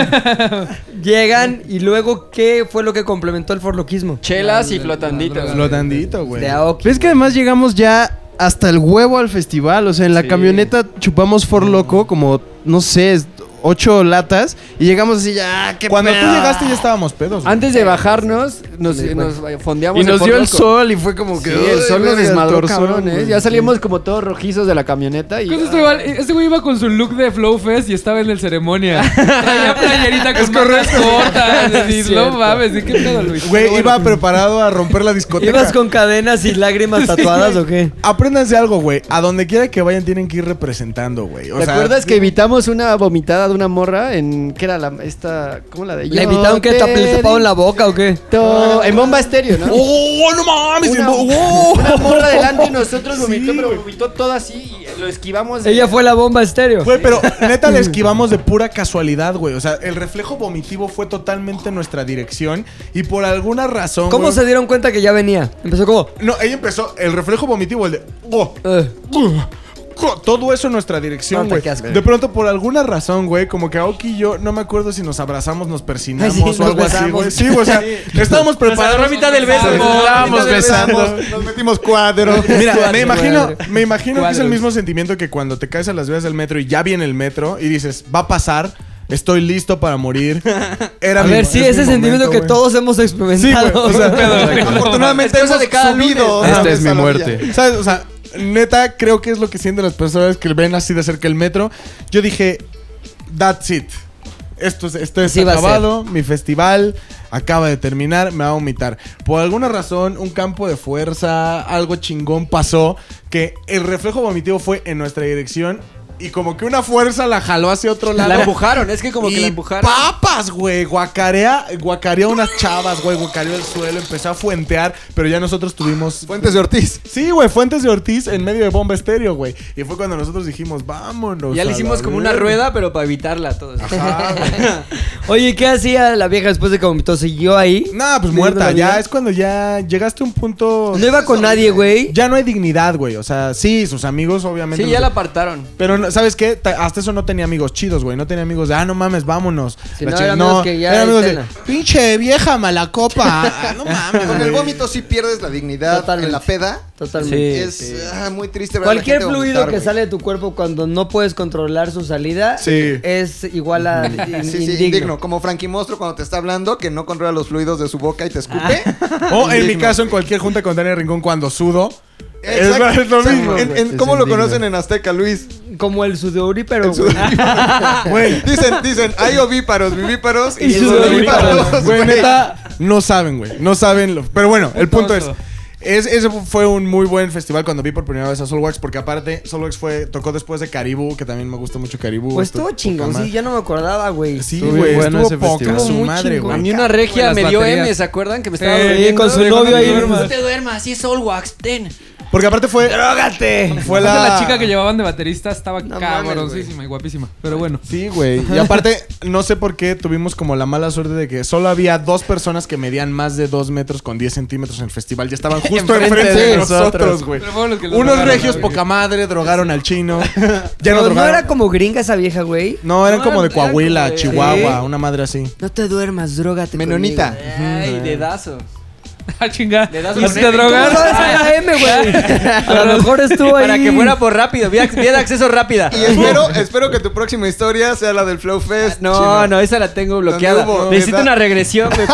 Llegan y luego, ¿qué fue lo que complementó el forloquismo?
Chelas y
la-
flotanditas.
la-
Flotandito, Pues güey.
De Aoki.
¿Ves que además llegamos ya hasta el huevo al festival? O sea, en la
Sí.
camioneta chupamos For Loco como, no sé, ocho latas y llegamos así ya, ah, qué
Cuando tú
pedo.
llegaste ya estábamos pedos. güey.
Antes de bajarnos, nos,
Sí, bueno.
nos fondeamos
Y
en
nos dio el
Forloco.
sol y fue como que.
Sí, el
"Uy,
sol nos
verga, el
desmadró,
torzón,
cabrón, ¿eh?
güey".
Ya salíamos como todos rojizos de la camioneta y... ah,
Pues este güey- Este güey iba con su look de Flow Fest y estaba en el ceremonia. Traía playerita con mangas cortas. así, no mames, ¿de qué pedo, Luis?
Güey, iba preparado a romper la discoteca.
¿Ibas con cadenas y lágrimas tatuadas o qué?
Apréndanse algo, güey. A donde quiera que vayan tienen que ir representando, güey. O
¿Te
sea,
acuerdas que evitamos una vomitada de una morra en... ¿Qué era la... esta... ¿Cómo la de
¿Le invitaron que
Yo
tap- le
te
taparon la boca o qué?
dicto- En bomba estéreo, ¿no?
¡Oh, no mames!
Una, una morra delante de nosotros vomitó, pero vomitó todo así y lo esquivamos. de-
Ella fue la bomba estéreo.
Güey, pero neta le esquivamos de pura casualidad, güey. O sea, el reflejo vomitivo fue totalmente en nuestra dirección y por alguna razón.
¿Cómo
güey,
se dieron cuenta que ya venía? Empezó como. "Eh,
No, ella empezó el reflejo vomitivo, el de. "Oh,
"Ugh".
Co- Todo eso en nuestra dirección,
Puta,
güey.
qué asco.
De pronto, por alguna razón, güey, como que Aoki y yo, no me acuerdo si nos abrazamos, nos persinamos
Ay, sí,
o
nos
algo así,
besamos.
güey. Sí, güey, o sea, estábamos preparados.
agarró a mitad del beso,
Nos
güey.
estábamos
A mitad del beso.
besando.
Nos metimos cuadro.
Mira, me
Cuadros,
imagino,
cuadros.
me imagino que es el
Cuadros.
mismo sentimiento que cuando te caes a las vías del metro y ya viene el metro y dices, va a pasar, estoy listo para morir. Era
A
mi-
ver,
es
sí,
mi
ese sentimiento
momento,
que
güey.
todos hemos
Sí, güey,
experimentado.
o sea,
(laughs)
Afortunadamente
Es cosa
hemos
de cada
subido.
lunes.
Este,
Esta
Ah,
es mi
esa
muerte.
Este.
orilla.
(laughs) ¿Sabes? O sea, neta, creo que es lo que sienten las personas que ven así de cerca el metro. Yo dije, that's it. Esto es, esto es
Así va a
acabado, mi festival acaba de terminar, me va a vomitar. Por alguna razón, un campo de fuerza, algo chingón pasó, que el reflejo vomitivo fue en nuestra dirección y como que una fuerza la jaló hacia otro lado.
La empujaron, es que como que
Y
la empujaron.
Papas, güey. Guacarea, guacarea unas chavas, güey. Guacareó el suelo, empezó a fuentear, pero ya nosotros tuvimos.
Fuentes de Ortiz.
Sí, güey, Fuentes de Ortiz en medio de bomba estéreo, güey. Y fue cuando nosotros dijimos, vámonos.
Ya le
a la
hicimos como una
verga. Ah,
rueda, pero para evitarla
(laughs)
todos. (laughs)
Oye, ¿qué hacía la vieja después de que vomitó? ¿Siguió ahí?
Nah, pues
¿Viviendo la
muerta.
vida?
Ya es cuando ya llegaste a un punto.
No iba con nadie, güey.
Ya no hay dignidad, güey. O sea, sí, sus amigos, obviamente.
Sí,
los-
ya la apartaron.
Pero, no- ¿sabes qué? Ta- Hasta eso no tenía amigos chidos, güey. No tenía amigos de, ah, no mames, vámonos.
Sí,
La
no,
chi-
eran amigos que ya
eran amigos
ahí
de, pinche vieja malacopa. Ah,
(laughs)
no mames.
Con el
güey.
vómito sí pierdes la dignidad
Totalmente.
en la peda.
Totalmente.
Sí,
es
sí.
ah, muy triste. ver a la
Cualquier
gente
fluido
vomitar,
que
güey.
sale de tu cuerpo cuando no puedes controlar su salida
Sí.
es igual a in-
(laughs) Sí, sí, indigno.
indigno.
Como Frankie Monstruo cuando te está hablando, que no controla los fluidos de su boca y te escupe. (laughs)
O en mi caso, en cualquier junta con Daniel Rincón, cuando sudo. Es,
Exacto.
es lo
Exacto.
mismo.
En-
güey.
en-
Es
¿Cómo lo
indigno.
conocen en Azteca, Luis?
Como el sudorípero. güey. Ah,
Güey,
Dicen, dicen, hay ovíparos, vivíparos
Y
y,
sus
sudovíparos.
Güey,
güey.
neta, no saben, güey. No saben. lo- pero bueno, el punto es.
Putoso.
es- ese fue un muy buen festival cuando vi por primera vez a Solwax, porque aparte Solwax fue, tocó después de Caribú, que también me gusta mucho Caribú.
Pues estuvo chingón, sí, ya no me acordaba, güey.
Sí,
Estuvo
güey,
bien bueno
estuvo
ese
poca
festival.
su
Muy
madre,
chingón.
güey.
A mí una regia
Las
me dio
baterías.
M, ¿se acuerdan? Que me estaba
Sí,
durmiendo.
con su
Dejó
novio
de
ahí.
dormir. No te duermas, sí es Solwax, ten.
Porque aparte fue. ¡Drógate!
Aparte,
Fue la.
la chica que llevaban de baterista estaba
No mames,
cabrosísima y guapísima. Pero bueno.
Sí, güey. Y aparte, no sé por qué tuvimos como la mala suerte de que solo había dos personas que medían más de dos metros con 10 centímetros en el festival. Ya estaban justo
Enfrente
enfrente
de
de nosotros, güey.
Pero fueron los que los
Unos
drogaron,
regios
güey.
poca madre drogaron al chino. ya no
Pero no
drogaron.
era como gringa esa vieja, güey.
No, eran
No,
como de
eran como
Coahuila,
de-
Chihuahua,
Sí.
una madre así.
No te duermas, drogate.
Menonita.
Ay, dedazo.
Ah, chinga.
Le das
¿Y
una
si te
neta.
¿Cómo sabes
drogas?
a la M, güey?
(laughs)
A lo mejor estuvo ahí.
Para que fuera por rápido, vía, vía de acceso rápida.
Y espero, espero que tu próxima historia sea la del Flow Fest.
No,
chino.
no, esa la tengo bloqueada.
¿Dónde hubo?
Necesito
¿Verdad?
una regresión, güey,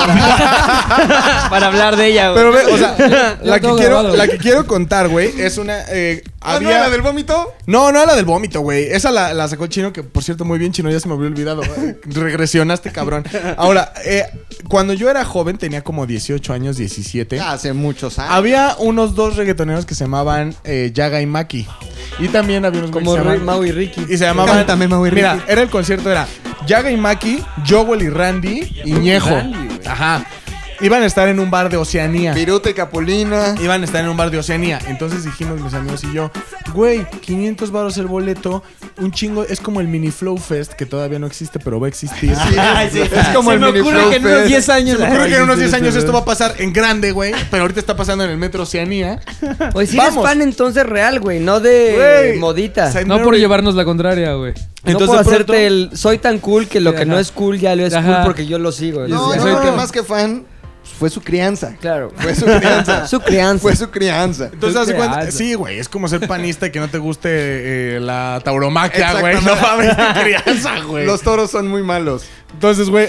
para, para hablar de ella, güey.
Pero ve, o sea,
Ya
la que,
todo
quiero,
grabado.
la que quiero contar, güey, es una. eh,
Ah, ¿no
había-
la del vómito?
No, no la del vómito, güey. Esa la, la sacó el chino, que por cierto, muy bien, chino, ya se me había olvidado. (laughs) Regresionaste, cabrón. Ahora, eh, cuando yo era joven, tenía como 18 años, 17.
Hace muchos años.
Había unos dos reggaetoneros que se llamaban eh, Yaga y Maki. Y también había unos güeyes
Como
que se
Ray,
llamaban-
Mau y Ricky.
y se llamaban.
Cántame, Mau y
Mira,
Ricky.
era el concierto, era Yaga y Maki, Jowell y Randy y Ñejo. Ajá. Iban a estar en un bar de Oceanía.
Viruta y Capulina.
Iban a estar en un bar de Oceanía. Entonces dijimos mis amigos y yo, güey, 500 baros el boleto, un chingo, es como el mini Flow Fest, que todavía no existe, pero va a existir. (laughs)
Es como
Se
el
me
mini
ocurre
Flow
que en unos
Fest.
10 años.
Creo que en unos 10 años esto va a pasar en grande, güey. Pero ahorita está pasando en el metro Oceanía.
Oye, si eres
Vamos.
fan entonces real, güey, no de
Güey.
modita.
Se-
No por llevarnos la contraria, güey.
no
Entonces,
puedo
de pronto-
hacerte el soy tan cool que lo que
Ajá.
no es cool ya lo es
Ajá.
cool porque yo lo sigo.
No,
Sí,
no,
soy
no,
tan-
más que fan, fue su crianza.
(laughs) Claro.
Fue su crianza.
Su crianza.
Fue su crianza.
Entonces, haz de cuenta-
creas.
sí, güey, es como ser panista y que no te guste eh, la tauromaquia, güey. No
Exactamente.
mames, tu crianza, güey.
Los toros son muy malos.
Entonces, güey,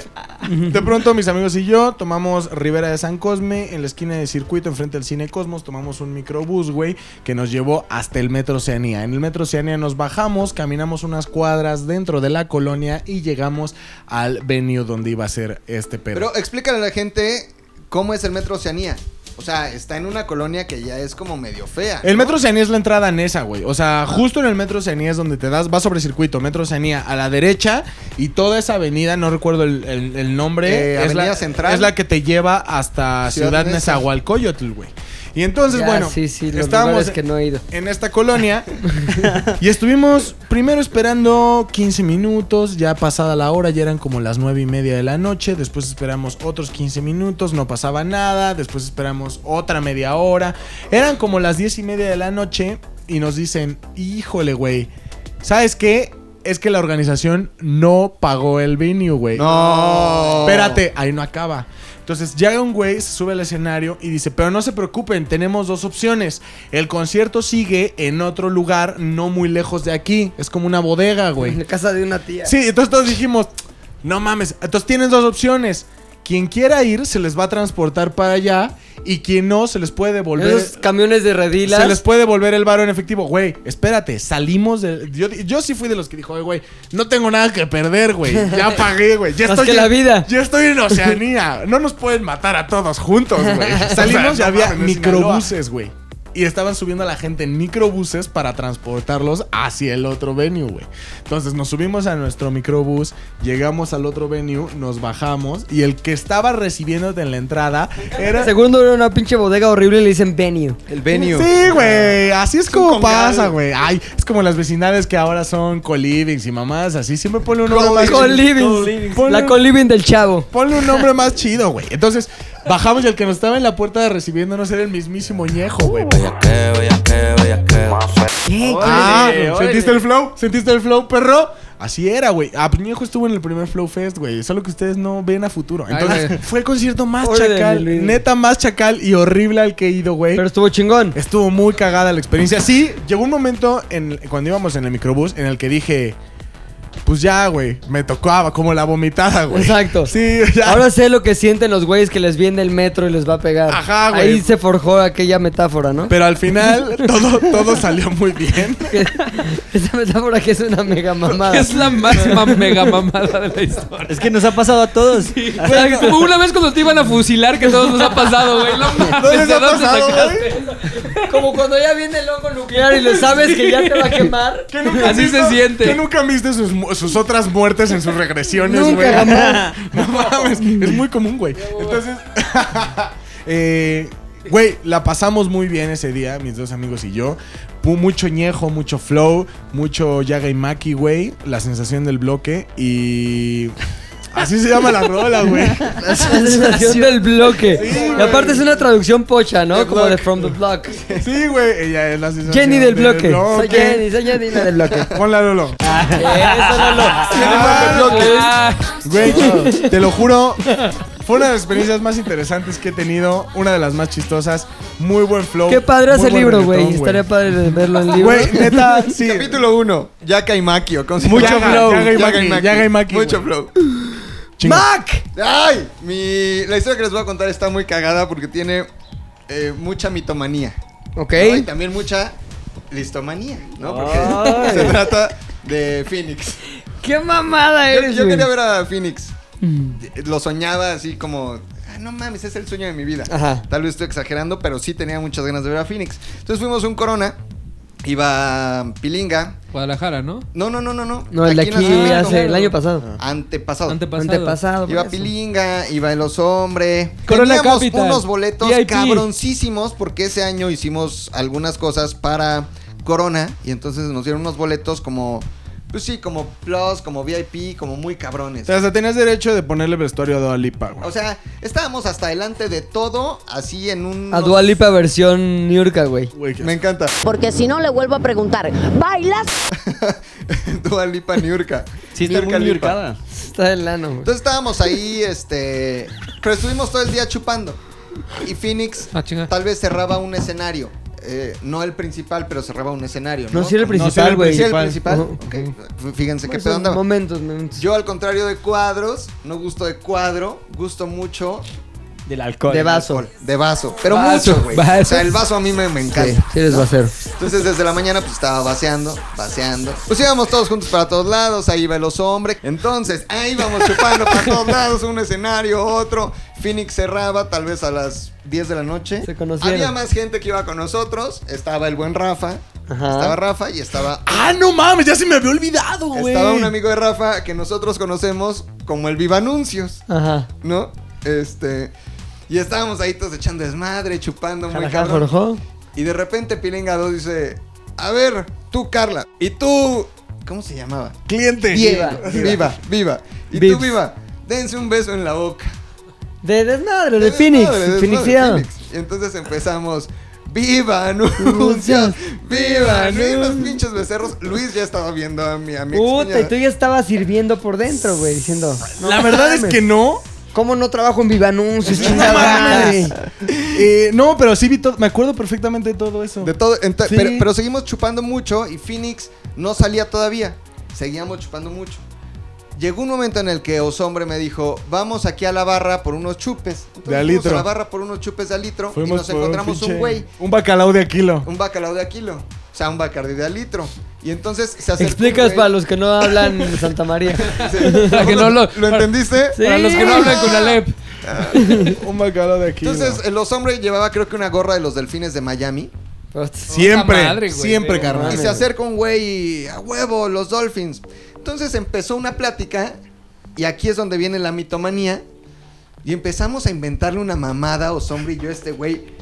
de pronto mis amigos y yo tomamos Rivera de San Cosme en la esquina de circuito, enfrente del Cine Cosmos, tomamos un microbús, güey, que nos llevó hasta el Metro Oceanía. En el Metro Oceanía nos bajamos, caminamos unas cuadras dentro de la colonia y llegamos al venue donde iba a ser este pedo.
Pero explícale a la gente cómo es el Metro Oceanía. O sea, está en una colonia que ya es como medio fea.
El
¿no?
Metro Oceanía es la entrada en esa, güey. O sea, justo en el Metro Oceanía es donde te das, vas sobre circuito, Metro Oceanía a la derecha y toda esa avenida, no recuerdo el, el- el nombre,
Eh,
es,
Avenida
la,
Central.
es la que te lleva hasta
Ciudad
Ciudad
Neza.
Nezahualcóyotl, güey. Y entonces,
Ya,
bueno,
sí, sí, los
estábamos
lugares que no he ido.
en esta colonia y estuvimos primero esperando 15 minutos, ya pasada la hora, ya eran como las 9 y media de la noche, después esperamos otros 15 minutos, no pasaba nada, después esperamos otra media hora, eran como las 10 y media de la noche y nos dicen, híjole güey, ¿sabes qué? Es que la organización no pagó el venue, güey.
No.
Espérate, ahí no acaba. Entonces llega un güey, se sube al escenario y dice, pero no se preocupen, tenemos dos opciones. El concierto sigue en otro lugar no muy lejos de aquí. Es como una bodega,
En
güey.
la casa de una tía.
Sí, entonces todos dijimos, no mames, entonces tienes dos opciones. Quien quiera ir se les va a transportar para allá y quien no se les puede devolver.
Esos camiones de redilas.
Se les puede devolver el varo en efectivo. Güey, espérate, salimos del. Yo, yo sí fui de los que dijo, "Oye, güey, no tengo nada que perder, güey. (laughs) Ya pagué, güey. Ya
Más
estoy
que
en,
la vida."
Ya estoy en (laughs) Oceanía. No nos pueden matar a todos juntos, güey. Salimos
O sea,
y
no
había
mames, en
microbuses, güey. y estaban subiendo a la gente en microbuses para transportarlos hacia el otro venue, güey. Entonces nos subimos a nuestro microbús, llegamos al otro venue, nos bajamos y el que estaba recibiéndote en la entrada era...
Segundo era una pinche bodega horrible y le dicen venue.
El venue.
Sí, güey. Así es como pasa, güey. Ay, es como las vecindades que ahora son colivings y mamás. Así siempre ponle un nombre más
Coliving.
Ponle-
La coliving del chavo.
Ponle un nombre más chido, güey. Entonces, bajamos y el que nos estaba en la puerta de recibiéndonos era el mismísimo ñejo, güey.
¿Qué?
Ah,
Órale,
¿sentiste
órale.
el flow? ¿Sentiste el flow, perro? Así era, güey. Ah, Ñejo estuvo en el primer Flow Fest, güey. Solo que ustedes no ven a futuro.
Ay,
Entonces,
güey.
fue el concierto más
Órale,
chacal,
Luis.
neta más chacal y horrible al que he ido, güey.
Pero estuvo chingón.
Estuvo muy cagada la experiencia. Sí, llegó un momento en, cuando íbamos en el microbús en el que dije, pues ya, güey, me tocaba como la vomitada, güey.
Exacto.
Sí, ya.
Ahora sé lo que sienten los güeyes que les viene el metro y les va a pegar.
Ajá, güey.
Ahí se forjó aquella metáfora, ¿no? (laughs)
Pero al final todo, todo salió muy bien.
Que- Esa metáfora que es una mega
(laughs)
mamada.
Es la máxima mega mamada de la historia.
Es que nos ha pasado a
(laughs)
todos.
Como una vez cuando te iban a fusilar, que todos nos ha pasado, güey. No mames,
les
¿de
ha
dónde
pasado,
sacaste?
Como cuando ya viene el hongo nuclear y le sabes que ya
(laughs)
te va a quemar.
¿Qué nunca
Así
has
se siente.
¿Qué nunca viste sus, mu- sus otras muertes en sus regresiones,
Nunca,
güey?
jamás.
(laughs) No mames, es muy común, güey. Entonces, (laughs) eh, güey, la pasamos muy bien ese día, mis dos amigos y yo. Pu- Mucho ñejo, mucho flow, mucho Yaga y Maki, güey. La sensación del bloque y... Así se llama la rola,
(laughs)
güey.
La sensación del bloque. y
güey.
aparte es una traducción pocha, ¿no?
Del
Como de
bloque.
From the Block.
Sí, güey, ella es la sensación
Jenny del bloque. Soy Jenny, soy Jenny la
(laughs)
del bloque.
Ponla, Lolo.
Eso no lo.
Ah,
Ah,
Güey, te lo juro. Fue una de las experiencias más interesantes que he tenido, una de las más chistosas, muy buen flow.
Qué padre
muy
hace el
buen
libro,
reggaetón,
güey. Estaría padre de verlo en libro. (laughs)
Güey, neta, sí.
Capítulo 1. Yaka y Maki. o ¿cómo se
Mucho
llama?
flow.
Yaga y
Yaga y
Maki.
Maki, Yaga y Maki,
Mucho
güey.
flow.
Chingo.
¡Mac!
Ay, mi, la historia que les voy a contar está muy cagada porque tiene eh, mucha mitomanía.
Ok.
¿no? Y también mucha listomanía, ¿no? Porque (laughs) se trata de Phoenix.
¡Qué mamada
Yo,
eres,
yo
güey! Mm.
quería ver a Phoenix. Lo soñaba así como. "Ah, No mames, es el sueño de mi vida.
Ajá.
Tal vez estoy exagerando, pero sí tenía muchas ganas de ver a Phoenix. Entonces fuimos a un corona, iba a Pilinga.
Guadalajara, ¿no?
No, no, no, no, no.
No, el de
en la
aquí
Ciudad de
Ah,
México.
hace el
claro.
año pasado.
Antepasado.
Antepasado.
Antepasado. pues.
Iba
por eso.
Pilinga, iba El Osombre.
Corona
Teníamos
Capital,
unos boletos
VIP.
cabroncísimos porque ese año hicimos algunas cosas para Corona y entonces nos dieron unos boletos como, pues sí, como Plus, como VIP, como muy cabrones.
O sea, hasta tenías derecho de ponerle vestuario a Dua Lipa, güey.
O sea, estábamos hasta adelante de todo, así en un...
A Dua
(laughs)
Lipa versión Niurka, güey.
Güey, qué
Me encanta.
Porque si no le vuelvo a preguntar, ¿bailas?
Dua Lipa Niurka.
Sí, está muy
Niurka Lipa.
liurcada.
Está del lano, güey.
Entonces estábamos ahí, este... Pero estuvimos todo el día chupando. Y Phoenix
Ah, chinga.
tal vez cerraba un escenacio. Eh, no el principal, pero cerraba un escenario. No,
No, sí era el
sí era
principal,
el
güey.
¿Sí era el
principal.
principal.
Ujú.
Ok. Fíjense qué
Esos
pedo andaba.
Momentos, momentos.
Yo, al contrario de cuadros, no gusto de cuadro, gusto mucho
Del alcohol.
De vaso.
alcohol, de vaso. Pero
Vaso,
mucho, güey.
vaso.
O sea, el vaso a mí me, me encanta.
Sí, sí eres vasero.
Entonces desde la mañana pues estaba vaciando, vaciando. Pues íbamos todos juntos para todos lados, ahí iba los hombres. Entonces, ahí vamos chupando para todos lados, un escenario, otro. Phoenix cerraba tal vez a las 10 de la noche.
Se conocieron.
Había más gente que iba con nosotros, estaba el buen Rafa.
Ajá.
Estaba Rafa y estaba
¡Ah, no mames! Ya se me había olvidado, güey.
estaba un amigo de Rafa que nosotros conocemos como el Viva Anuncios.
Ajá.
¿no? Este. Y estábamos ahí todos echando desmadre, chupando muy
Jalaja,
cabrón.
jorjó.
Y de repente Pilinga 2 dice: A ver, tú, Carla. Y tú. ¿Cómo se llamaba?
Cliente.
Diego. Viva, viva. Y
Vips.
tú, viva. Dense un beso en la boca.
De desmadre, de
Madre,
Phoenix.
madre, madre,
Phoenixiano.
Phoenix. Y entonces empezamos. ¡Viva anuncios! ¡Viva anuncios! Los pinches becerros. Luis ya estaba viendo a mi, a mi
Puta, y
excuñada.
tú ya estabas sirviendo por dentro, güey, diciendo. "No
La verdad es
mames,
que no.
¿Cómo no trabajo en Viva Anuncios, chingada
mames.
madre?
Eh, no, pero sí vi todo. Me acuerdo perfectamente de todo eso.
De todo, ento-
Sí.
pero, pero seguimos chupando mucho y Phoenix no salía todavía. Seguíamos chupando mucho. Llegó un momento en el que Osombre me dijo, vamos aquí a la barra por unos chupes. Entonces
De al
fuimos
litro.
a la barra por unos chupes de al litro y nos
por
encontramos un
pinche-
güey,
Un bacalao de Aquilo.
un bacalao de a kilo. O sea, un bacardi de al litro. Y entonces se acercó un
Explicas
güey-
para los que no hablan de Santa María.
Sí.
Para que no lo-
¿Lo entendiste?
Sí.
Para los que no hablan con Alep.
Un bacalao de Aquilo.
Entonces, el Osombre llevaba creo que una gorra de los delfines de Miami.
Siempre,
madre, güey.
siempre,
Sí,
carnal.
Y se acerca un güey y a huevo, los Dolphins. Entonces empezó una plática y aquí es donde viene la mitomanía. Y empezamos a inventarle una mamada o sombrillo a este güey.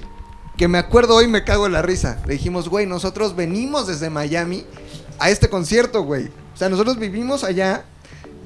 Que me acuerdo hoy me cago en la risa. Le dijimos, güey, nosotros venimos desde Miami a este concierto, güey. O sea, nosotros vivimos allá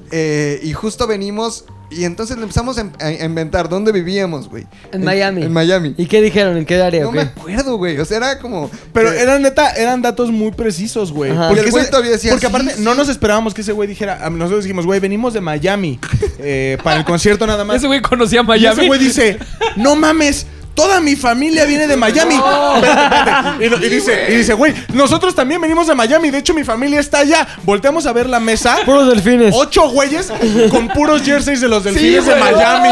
eh, y justo venimos y entonces le empezamos a, in- a inventar dónde vivíamos, güey.
En Miami.
En Miami.
¿Y qué dijeron? ¿En qué área?
No
o qué?
me acuerdo, güey. O sea, era como...
Pero
eh,
eran neta, eran datos muy precisos, güey.
Ajá.
Y el güey todavía decía,
porque
sí,
aparte
sí.
no nos esperábamos que ese güey dijera, a- nosotros dijimos, güey, venimos de Miami eh, para el concierto nada más.
Ese güey conocía
Y
Miami.
ese güey dice, no mames. Toda mi familia viene de Miami. Espérate, espérate. Y, lo- y dice, y dice, güey, nosotros también venimos de Miami. De hecho, mi familia está allá. Volteamos a ver la mesa.
Puros delfines.
Ocho güeyes con puros jerseys de los delfines de
güey.
Miami,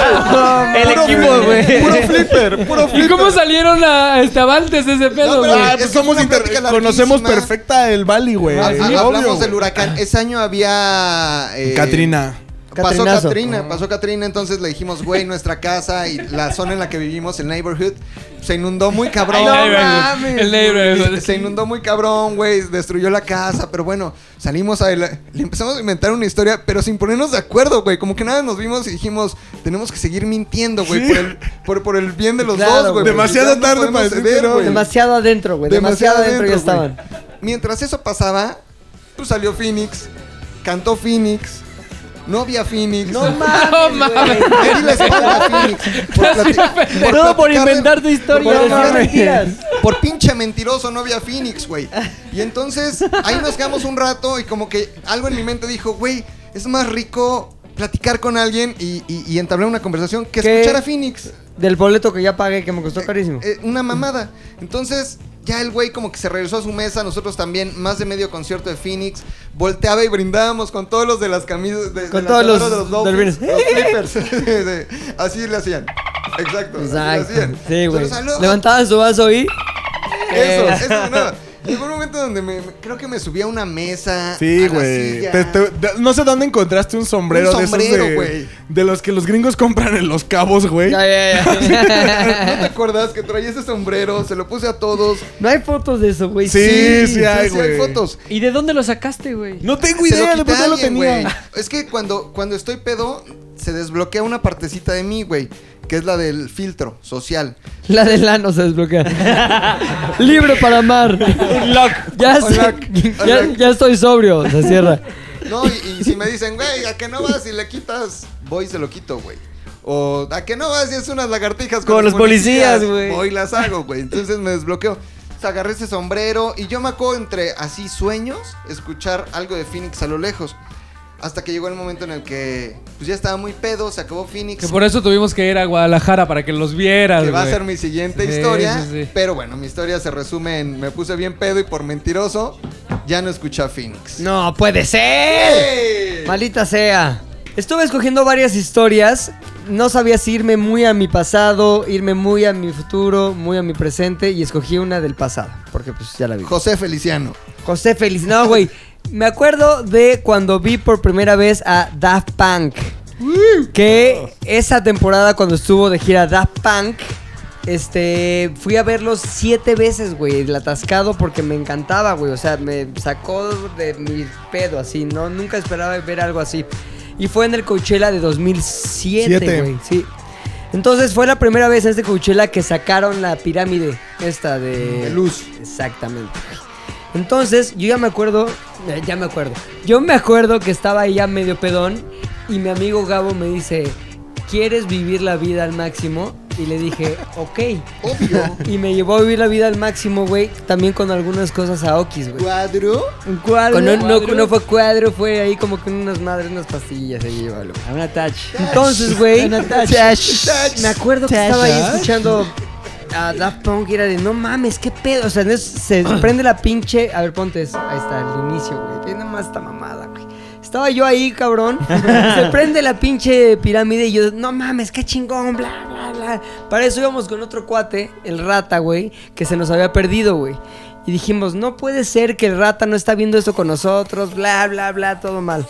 güey.
El
Puro-
equipo, güey.
Puro flipper, puro
¿Y cómo salieron a este Avantes de ese pedo,
No, pero-
güey?
Es
Ah, pues
que es
somos
una
inter-
plática
conocemos
larguísima.
perfecta el Bali, güey.
Ah, ah,
Sí, obvio.
hablamos del huracán. Ese año había. eh,
Katrina.
Pasó
Catrinazo.
Katrina, pasó Katrina, entonces le dijimos, güey, nuestra casa y la zona en la que vivimos, el neighborhood, se inundó muy cabrón.
El neighborhood,
mames,
el neighborhood.
güey. Se inundó muy cabrón, güey, destruyó la casa, pero bueno, salimos a... Le empezamos a inventar una historia, pero sin ponernos de acuerdo, güey, como que nada, nos vimos y dijimos, tenemos que seguir mintiendo, güey, por, el, por, por el bien de los
Claro,
dos, güey.
güey.
Demasiado
porque ya
tarde
podemos
para decir que
ceder,
no,
güey.
Demasiado adentro, güey. Demasiado, adentro, ya
Pues güey.
estaban.
Mientras eso pasaba, pues salió Phoenix, cantó Phoenix, novia Phoenix. (laughs) No
No mames.
Le di la espalda a Phoenix. Por plati-
Todo por
platicarle-
inventar tu historia.
por
no
platicar-
mames.
Por pinche mentiroso novia Phoenix, güey. Y entonces ahí nos quedamos un rato y como que algo en mi mente dijo, güey, es más rico platicar con alguien y, y- y entablar una conversación que
¿Qué?
escuchar a Phoenix.
Del boleto que ya pagué, que me costó carísimo.
Eh, una mamada. Entonces, ya el güey como que se regresó a su mesa, nosotros también, más de medio concierto de Phoenix, volteaba y brindábamos con todos los de las camisas de, de
Con
las
todos los delfines.
chamarras los Clippers. (laughs) Sí, sí. así le hacían. Exacto.
Exacto.
Así le hacían.
Sí, güey.
Nosotros, "Aló".
Levantaban su vaso
(laughs)
y.
Eso, eso de nada. Llegó un momento donde me, me- creo que me subí a una mesa.
Sí,
a la
güey.
silla.
Te- te- de- No sé dónde encontraste un sombrero,
Un sombrero,
de esos de,
güey.
de los que los gringos compran en los cabos, güey.
Ya, ya, ya.
¿No te acuerdas que traía ese sombrero? Se lo puse a todos.
no hay fotos de eso, güey.
Sí, sí hay,
sí hay
güey.
fotos.
¿Y de dónde lo sacaste, güey? (laughs)
No tengo
Se
idea, de
lo
por
quité
qué
a
lo
alguien, güey.
tenía.
Es que cuando, cuando estoy pedo, se desbloquea una partecita de mí, güey. Que es la del filtro social.
La del ano se desbloquea. Libre para amar. Ya, se-
Unlock.
(laughs) ya,
Unlock.
ya estoy sobrio. Se cierra.
No, y, y si me dicen, güey, ¿a que no vas y le quitas? Voy y se lo quito, güey. O ¿a que no vas y es unas lagartijas con,
Con los policías, güey.
Voy y las hago, güey. Entonces me desbloqueo. Entonces, Agarré ese sombrero y yo me acuerdo entre así sueños escuchar algo de Phoenix a lo lejos. Hasta que llegó el momento en el que pues ya estaba muy pedo, se acabó Phoenix.
Que por eso tuvimos que ir a Guadalajara para que los vieras,
Que va a
güey.
ser mi siguiente
Sí,
historia.
sí, sí.
Pero bueno, mi historia se resume en me puse bien pedo y por mentiroso ya no escuché a
(laughs)
Phoenix.
No puede ser.
¡Ey!
Malita sea. Estuve escogiendo varias historias. No sabía si irme muy a mi pasado, irme muy a mi futuro, muy a mi presente. Y escogí una del pasado. Porque pues ya la vi.
José Feliciano.
José Feliz. No, güey. Me acuerdo de cuando vi por primera vez a Daft Punk. Que esa temporada cuando estuvo de gira Daft Punk, este, fui a verlos siete veces, güey, el atascado porque me encantaba, güey. O sea, me sacó de mi pedo así, ¿no? Nunca esperaba ver algo así. Y fue en el Coachella de 2007,
Siete.
güey. Sí. Entonces fue la primera vez en este Coachella que sacaron la pirámide esta de... luz. Exactamente. Entonces, yo ya me acuerdo, eh, ya me acuerdo. Yo me acuerdo que estaba ahí ya medio pedón y mi amigo Gabo me dice, ¿quieres vivir la vida al máximo? Y le dije, ok.
Obvio.
(laughs) Y me llevó a vivir la vida al máximo, güey, también con algunas cosas Aokis, güey.
Cuadro.
Un cuadro.
Con un- no, no fue cuadro, fue ahí como con unas madres, unas pastillas, ahí llévalo.
A una touch.
Entonces, güey,
Touch.
me acuerdo que
Touch.
estaba ahí escuchando a Daft Punk y era de no mames, qué pedo. O sea, en eso se prende la pinche. A ver, ponte eso. Ahí está, el inicio, güey. Viene más esta mamada, güey. Estaba yo ahí, cabrón. Se prende la pinche pirámide y yo, no mames, qué chingón, bla, bla, bla. Para eso íbamos con otro cuate, el rata, güey, que se nos había perdido, güey. Y dijimos, no puede ser que el rata no está viendo esto con nosotros, bla, bla, bla, todo mal.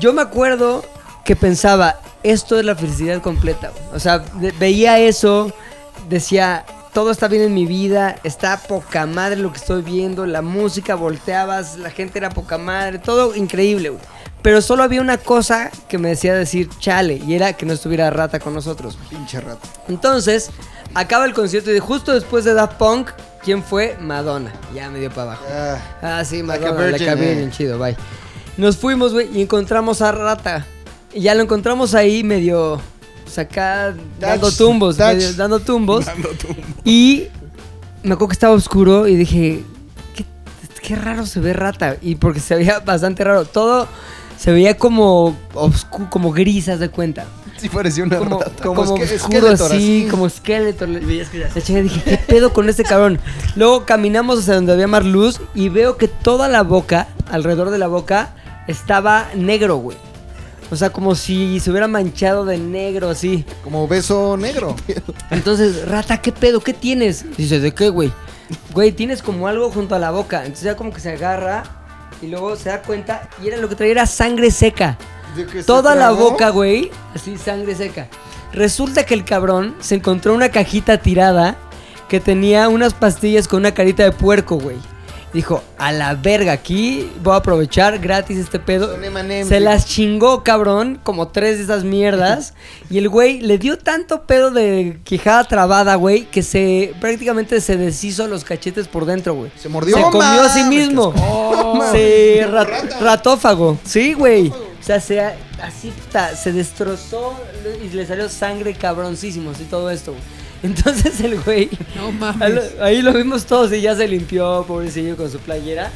Yo me acuerdo que pensaba, esto es la felicidad completa. güey. O sea, de- veía eso, decía, todo está bien en mi vida, está poca madre lo que estoy viendo, la música volteabas, la gente era poca madre, todo increíble, güey. Pero solo había una cosa que me decía decir chale, y era que no estuviera rata con nosotros.
Pinche rata.
Entonces, acaba el concierto y de- justo después de Daft Punk, ¿quién fue? Madonna. Ya me dio para abajo. Ah, sí,
Like a
Madonna, la
virgin, eh.
chido, bye. Nos fuimos, güey, y encontramos a Rata. Y ya lo encontramos ahí medio saca dando tumbos,
touch.
medio dando tumbos. Y me acuerdo que estaba oscuro y dije, qué, qué raro se ve Rata. Y porque se veía bastante raro. Todo se veía como oscuro, como grisas de cuenta.
Sí, pareció una
como,
rata.
Como, oscuro
esque- esqueleto,
así,
así.
como esqueleto. Le- Le chequé, dije, ¿qué pedo con este cabrón? Luego caminamos hacia donde había más luz y veo que toda la boca, alrededor de la boca, estaba negro, güey. O sea, como si se hubiera manchado de negro, así.
Como beso (laughs) negro.
Entonces, rata, ¿qué pedo? ¿Qué tienes? Dice, ¿de qué, güey? Güey, tienes como algo junto a la boca. Entonces ya como que se agarra y luego se da cuenta y era lo que traía era sangre seca.
De que se
Toda la
tragó.
boca, güey, así sangre seca. Resulta que el cabrón se encontró una cajita tirada que tenía unas pastillas con una carita de puerco, güey. Dijo, a la verga, aquí voy a aprovechar gratis este pedo.
Son M&M's,
Se
dijo.
las chingó, cabrón, como tres de esas
(laughs)
mierdas. y el güey le dio tanto pedo de quijada trabada, güey, que se prácticamente se deshizo los cachetes por dentro, güey. Se
mordió.
Se
¡No
comió a sí
mames,
mismo.
qué asco! ¡No
se
mames!
ra- ratófago. Sí, güey. O sea, se, así ta- se destrozó y le salió sangre cabroncísimo, así todo esto, güey. Entonces el güey.
No
Ahí
mames.
lo, ahí lo vimos todos y ya se limpió, pobrecillo, con su playera.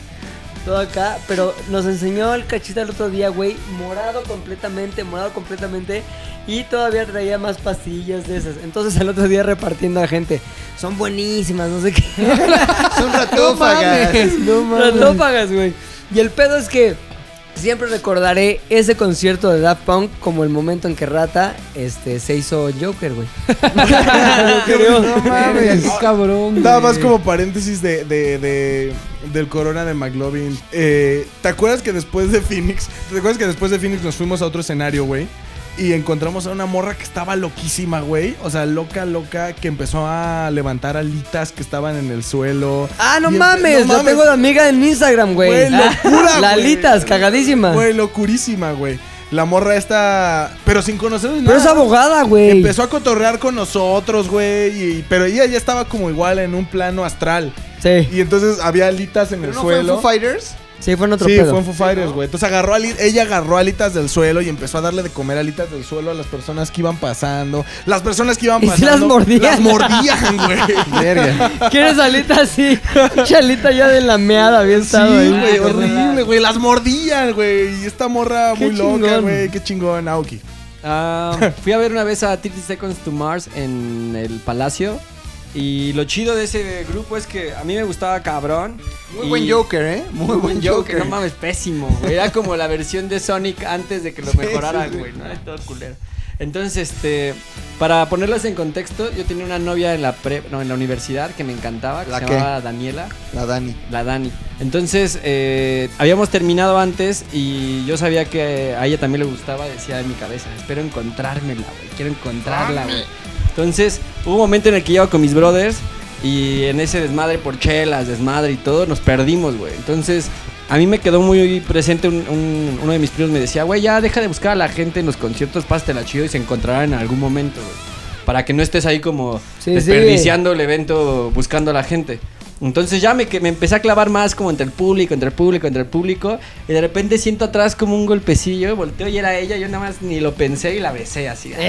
Todo acá, pero nos enseñó el cachita el otro día, güey, morado completamente, morado completamente. Y todavía traía más pastillas de esas. Entonces al otro día repartiendo a gente. Son buenísimas, no sé qué.
Son ratófagas.
(laughs)
No mames. Ratófagas, güey. Y el pedo es que siempre recordaré ese concierto de Daft Punk como el momento en que Rata este, se hizo Joker, güey. Creo.
No mames.
Qué cabrón.
Nada
güey.
más como paréntesis de, de- de- del corona de McLovin. Eh, ¿Te acuerdas que después de Phoenix? ¿Te acuerdas que después de Phoenix nos fuimos a otro escenario, güey? Y encontramos a una morra que estaba loquísima, güey. O sea, loca, loca, que empezó a levantar alitas que estaban en el suelo.
Ah, no
Y empe-
mames, yo tengo de amiga en Instagram, güey. Ah,
Güey, locura,
Lalitas, cagadísima.
Güey, locurísima, güey. La morra esta, pero sin conocernos nada.
Pero es abogada, güey.
Empezó a cotorrear con nosotros, güey. y- Pero ella ya estaba como igual en un plano astral.
Sí,
Y entonces había alitas en
¿Pero
el
no fue en
suelo.
Foo Fighters?
sí, fue en otro
sí,
pedo.
fue en Foo Fighters, güey. Entonces agarró ali- ella agarró alitas del suelo y empezó a darle de comer alitas del suelo a las personas que iban pasando. Las personas que iban
Y sí
pasando.
las mordían.
Las mordían, güey.
Verga.
¿Quieres alita
(laughs)
así? Chalita ya de la meada, bien
Sí,
estado ahí.
güey,
Ah,
horrible, güey. Las mordían, güey. Y esta morra
Qué
muy loca,
chingón.
güey. Qué chingón, Aoki.
Ah, fui a ver una vez a 30 Seconds to Mars en el Palacio. Y lo chido de ese grupo es que a mí me gustaba cabrón.
Muy
y-
buen Joker, ¿eh? Muy, buen Joker.
No mames, pésimo, güey. Era como la versión de Sonic antes de que lo
Sí,
mejoraran,
sí, sí.
güey. ¿no? Ay, todo culero. Entonces, este, para ponerlas en contexto, yo tenía una novia en la pre, no, en la universidad que me encantaba, que
¿La
se
qué?
llamaba Daniela.
La Dani.
La Dani. Entonces, eh, habíamos terminado antes y yo sabía que a ella también le gustaba, decía en mi cabeza, espero encontrármela, güey, quiero encontrarla, güey. Entonces, hubo un momento en el que iba con mis brothers y en ese desmadre por chelas, desmadre y todo, nos perdimos, güey. Entonces, a mí me quedó muy presente un- un- uno de mis primos me decía, güey, ya deja de buscar a la gente en los conciertos, pástela chido y se encontrarán en algún momento, güey. Para que no estés ahí como
Sí, sí.
desperdiciando el evento buscando a la gente. Entonces ya me, que- me empecé a clavar más como entre el público, entre el público, entre el público. Y de repente siento atrás como un golpecillo. Volteo y era ella. Yo nada más ni lo pensé y la besé así.
Eso,
Ya,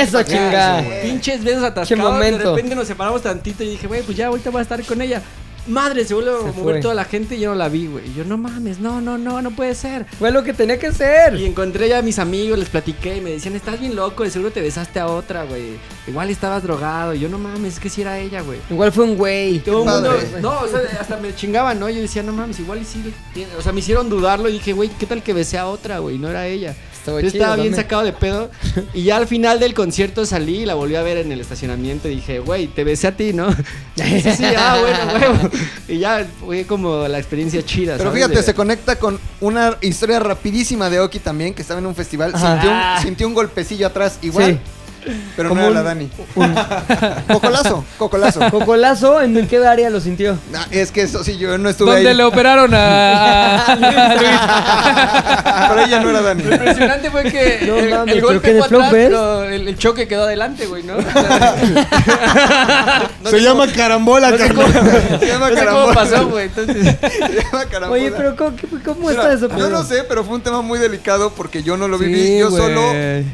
Eh, oh, chinga.
Pinches besos atascados. De
momento.
repente nos separamos tantito y dije, güey, pues ya ahorita voy a estar con ella. Madre, se vuelve a
Se
mover
fue.
toda la gente y yo no la vi, güey. Y yo, no mames, no, no, no, no puede ser.
Fue lo que tenía que
Y
ser.
encontré ya a mis amigos, les platiqué y me decían, estás bien loco, de seguro te besaste a otra, güey. Igual estabas drogado. Y yo, no mames, es que sí era ella, güey.
Igual fue un güey.
Todo el mundo,
padre.
no, o sea, hasta me chingaban, ¿no? Yo decía, no mames, igual y sí. tiene- O sea, me hicieron dudarlo y dije, güey, ¿qué tal que besé a otra, güey? No era ella.
Estuvo
Yo
chido
estaba bien
también.
sacado de pedo. Y ya al final del concierto salí y la volví a ver en el estacionamiento y dije, güey, te besé a ti, ¿no? Y dice, sí, ah, bueno, huevo. Y ya fue como la experiencia chida.
Pero
¿sabes?
fíjate,
De-
se conecta con una historia rapidísima de Oki también, que estaba en un festival.
Ajá.
Sintió un,
Ah.
sintió un golpecillo atrás igual. Pero
Como
no era
un-
la Dani. (laughs) Cocolazo, cocolazo.
(laughs) ¿Cocolazo? ¿En qué área lo sintió?
Ah, es que eso sí, yo no estuve
Donde
ahí.
le operaron a.
Pero ella no era Dani.
Lo impresionante fue que
No
el,
mames,
el
pero
golpe
que de
fue atrás,
Flowfest.
pero el, el choque quedó adelante, güey, ¿no?
Se llama carambola, carnal.
(laughs) Se llama
(laughs) No sé
carambola.
cómo pasó, güey. Entonces,
Se llama carambola.
Oye, pero ¿cómo, qué- cómo
Mira,
está eso?
Yo
Pedro?
no sé, pero fue un tema muy delicado porque yo no lo viví.
Sí,
yo
güey.
solo eh,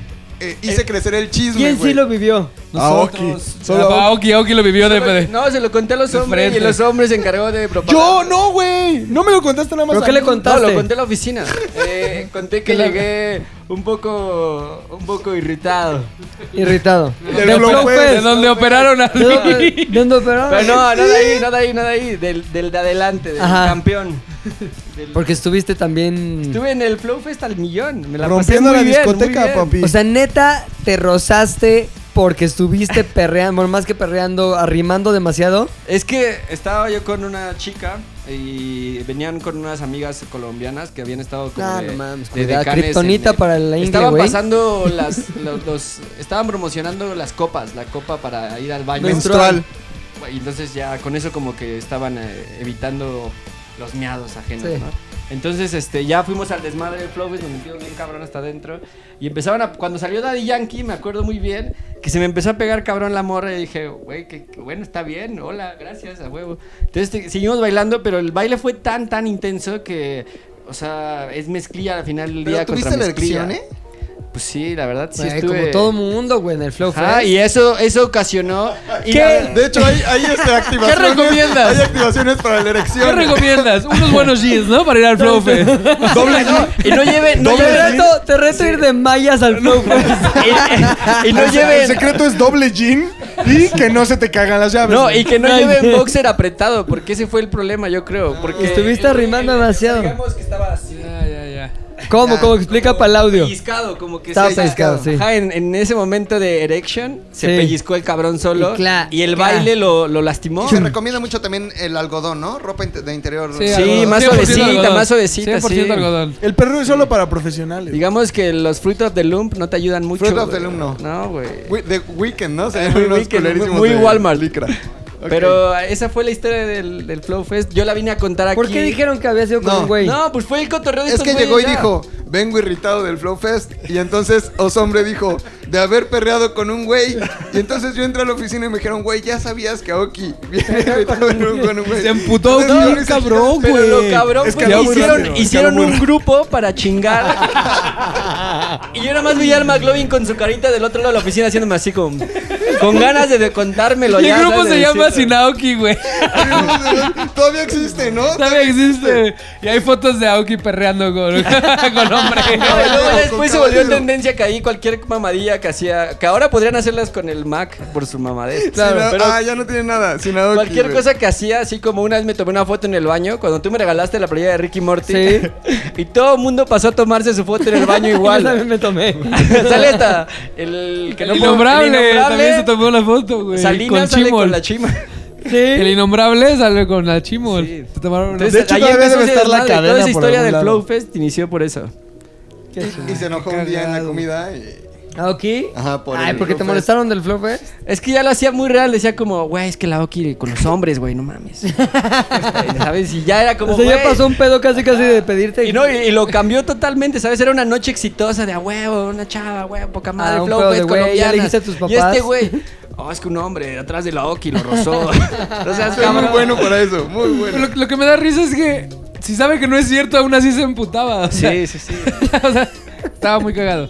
hice crecer el chisme.
¿Quién sí
güey. Ah,
lo vivió?
Aoki. Ah, Solo
Ah, Aoki, Aoki lo vivió de. de-
no, se lo conté a los
De
hombres
frente.
y los hombres se encargó de propagar.
Yo no, güey. No me lo contaste nada más.
¿Pero qué
a
le
mí.
contaste?
No, lo conté en la oficina. Eh, conté que
¿Qué le-
llegué un poco, un poco irritado.
(laughs)
Irritado.
Del
¿De
Flow
Flow
Fest.
De
Fest?
donde operaron a.
¿De dónde- de dónde operaron?
Pero no, no de ahí, no de ahí, no de ahí. Del, del de adelante, del
Ajá.
campeón.
Porque estuviste también...
Estuve en el Flow Fest al millón. Me la
Rompiendo la
pasé muy bien, muy
discoteca,
bien.
papi.
O sea, neta, te rozaste porque estuviste perreando, bueno, más que perreando, arrimando demasiado.
Es que estaba yo con una chica y venían con unas amigas colombianas que habían estado como
Ah,
de,
no mames,
de
cuidado,
decanes
kriptonita
en-
para la ingle,
Estaban
güey.
pasando las (laughs) los, los- estaban promocionando las copas, la copa para ir al baño.
Menstrual.
Y entonces ya con eso como que estaban eh, evitando los miados ajenos,
Sí.
¿no? Entonces este ya fuimos al desmadre del Flow Fest, nos metimos bien cabrón hasta adentro y empezaban a cuando salió Daddy Yankee, me acuerdo muy bien, que se me empezó a pegar cabrón la morra y dije, "Güey, que, que bueno, está bien. Hola, gracias, a huevo." Entonces te- seguimos bailando, pero el baile fue tan tan intenso que o sea, es mezclilla al final del
¿Pero
día contra
tuviste la
mezclilla.
elección, eh?
Pues sí, la verdad sí
Güey,
estuve.
Como todo mundo, güey, en el Flow
Ajá,
Fest.
y eso,
(laughs)
eso ocasionó. y la-
De hecho, hay, hay este, activaciones.
recomiendas?
Hay activaciones para la
¿Qué
erección.
recomiendas? Unos buenos jeans, ¿no? Para ir al Flow Fest.
y no- y no lleve, no
Te
lleve-
reto, te reto a ir de mayas al Flow Fest.
y, y no
O sea, El
lleven,
secreto es doble jean y que no se te cagan las llaves.
no
güey.
y que no lleven
(laughs)
boxer apretado, porque ese fue el problema, yo creo, porque
Estuviste arrimando demasiado.
Digamos que estaba así,
Ya, ya, ya.
¿Cómo? ¿Cómo? Explica para el audio.
pellizcado, como que
Estaba
se-
pellizcado, sí.
Ajá, en, en ese momento de erection se
Sí.
pellizcó el cabrón solo
Y
y,
cla-
el
cla.
baile lo, lo lastimó.
Y se recomienda mucho también el algodón, ¿no? Ropa inte- de interior.
Sí,
algodón.
más
100%
suavecita,
algodón.
más suavecita,
100%
sí.
algodón.
El perro es solo para profesionales.
Digamos que los Fruit of the Loom no te ayudan mucho.
Fruit of the
güey.
Loom no.
No, güey.
Wi- De Weekend, ¿no? Se
Eh,
llaman unos
Weekend,
culerísimos
muy
de
Walmart.
Lycra. Ok.
Pero esa fue la historia del, del Flow Fest. Yo la vine a contar aquí.
¿Por qué dijeron que había sido con
No,
un güey?
No, pues fue el cotorreo de
Es
estos
que
güeyes
llegó y
ya.
dijo, vengo irritado del Flow Fest. Y entonces Osombre dijo, de haber perreado con un güey. Y entonces yo entré a la oficina y me dijeron, güey, ya sabías que Aoki
(laughs)
viene irritado con un, con un güey.
Se emputó
Entonces,
Aoki,
yo le hice,
cabrón,
"Pero
Pero lo
güey.
cabrón fue
Escaló
que
muy
hicieron,
rápido,
hicieron
escaló muy
un grupo para chingar. (laughs) y yo nada más vi al McLovin con su carita del otro lado de la oficina haciéndome así con, con ganas de, de (laughs) contármelo.
Y el
ya,
grupo
¿sabes?
se
De
llama
decirlo.
Sinaoki, güey.
(laughs) Todavía existe, ¿no?
Todavía existe. Y hay fotos de Aoki perreando con, (laughs) con hombre.
No, y luego ya
Con
después se
caballero.
volvió tendencia que ahí cualquier mamadilla que hacía. Que ahora podrían hacerlas con el Mac por su mamadez.
Sin a-
Pero
ah, ya no tiene nada. Sin Aoki,
cualquier
güey.
cosa que hacía, así como una vez me tomé una foto en el baño, cuando tú me regalaste la playa de Ricky Morty.
Sí.
(laughs) Y todo el mundo pasó a tomarse su foto en el baño
Yo
igual.
también me tomé.
(laughs) sale hasta el que no
El
puedo-
innombrable,
el innombrable,
también se tomó la foto, güey.
Salinas
con
sale
Chimol.
con la chima.
El innombrable sale con la Chimol.
Sí.
Se tomaron una-
Entonces,
hecho,
ahí
todavía
empezó
debe
ese
estar la
desmadre. Toda
cadena
esa
por
historia
algún
del
lado.
Flow Fest inició por eso.
Y se enojó un día en la comida. y-
¿Ah, ok?
Ajá, por
Ay,
el
porque te
Flow Fest.
molestaron del Flow Fest.
Es que ya lo hacía muy real, decía como, güey, es que la Oki con los hombres, güey, no mames. Este, ¿Sabes? Y ya era como,
O sea, ya
"Güey".
pasó un pedo casi casi de pedirte.
Y no, y, y lo cambió totalmente, ¿sabes? Era una noche exitosa de a huevo, una chava, huevo, poca madre,
Ah, un
flow,
pedo
pues,
de güey, ya
colombianas".
le dijiste a tus
Y
papás.
este güey, oh, es que un hombre atrás de la Oki
(laughs)
lo rozó. o sea,
Soy muy bueno para eso, muy
Pero
bueno.
Lo, lo que me da risa es que si sabe que no es cierto, aún así se emputaba. o sea,
Sí, sí, sí.
(laughs) o sea, estaba muy cagado.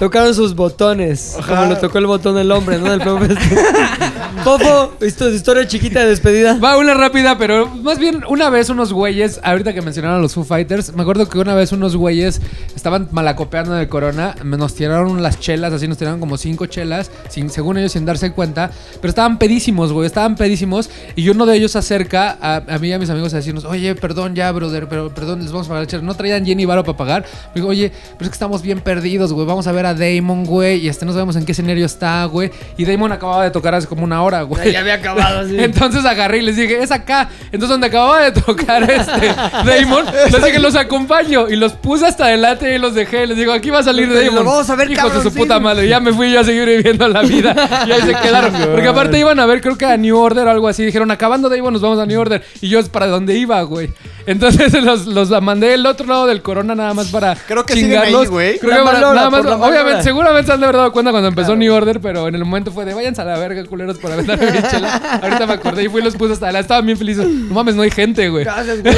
Tocaron sus botones. Como le tocó el botón del hombre, ¿no? Del Flow Fest. (laughs) Fofo, esto es historia chiquita de
(laughs)
despedida.
Va una rápida, pero más bien una vez unos güeyes, ahorita que mencionaron a los Foo Fighters, me acuerdo que una vez unos güeyes estaban malacopeando de corona, me- nos tiraron las chelas, así nos tiraron como cinco chelas, sin, según ellos sin darse cuenta, pero estaban pedísimos, güey, estaban pedísimos, y uno de ellos se acerca a, a mí y a mis amigos a decirnos, oye, perdón ya, brother, pero perdón, les vamos a pagar la chela, no traían Jenny Varo para pagar, me dijo, oye, pero es que estamos bien perdidos amigos, güey. Vamos a ver a Damon, güey. Y este no sabemos en qué escenario está, güey. Y Damon acababa de tocar hace como una hora, güey.
Ya había acabado, así.
Entonces agarré y les dije, es acá. Entonces, donde acababa de tocar este
(laughs)
Damon, les dije, los acompaño. Y los puse hasta adelante y los dejé. Les digo, aquí va a salir
Lo
Damon.
vamos a ver,
Hijos de
cabrón,
su
sí.
puta madre. Ya me fui yo a seguir viviendo la vida.
(laughs)
Y ahí se quedaron. Porque aparte iban a ver, creo que a New Order o algo así. Dijeron, acabando Damon, nos vamos a New Order. Y yo es para donde iba, güey. Entonces (laughs) los, los la mandé al otro lado del corona nada más para
Creo que siguen ahí,
chingarlos.
güey.
Creo
La
que para-
malora,
nada más.
por la malora.
Obviamente, seguramente se han de haber dado cuenta cuando empezó New Order, pero en el momento fue de váyanse a la verga, culeros, por
(laughs)
aventarme mi chela. Ahorita me acordé y fui y los puse hasta la. Estaban bien felices. No mames, no hay gente, güey.
Gracias, güey.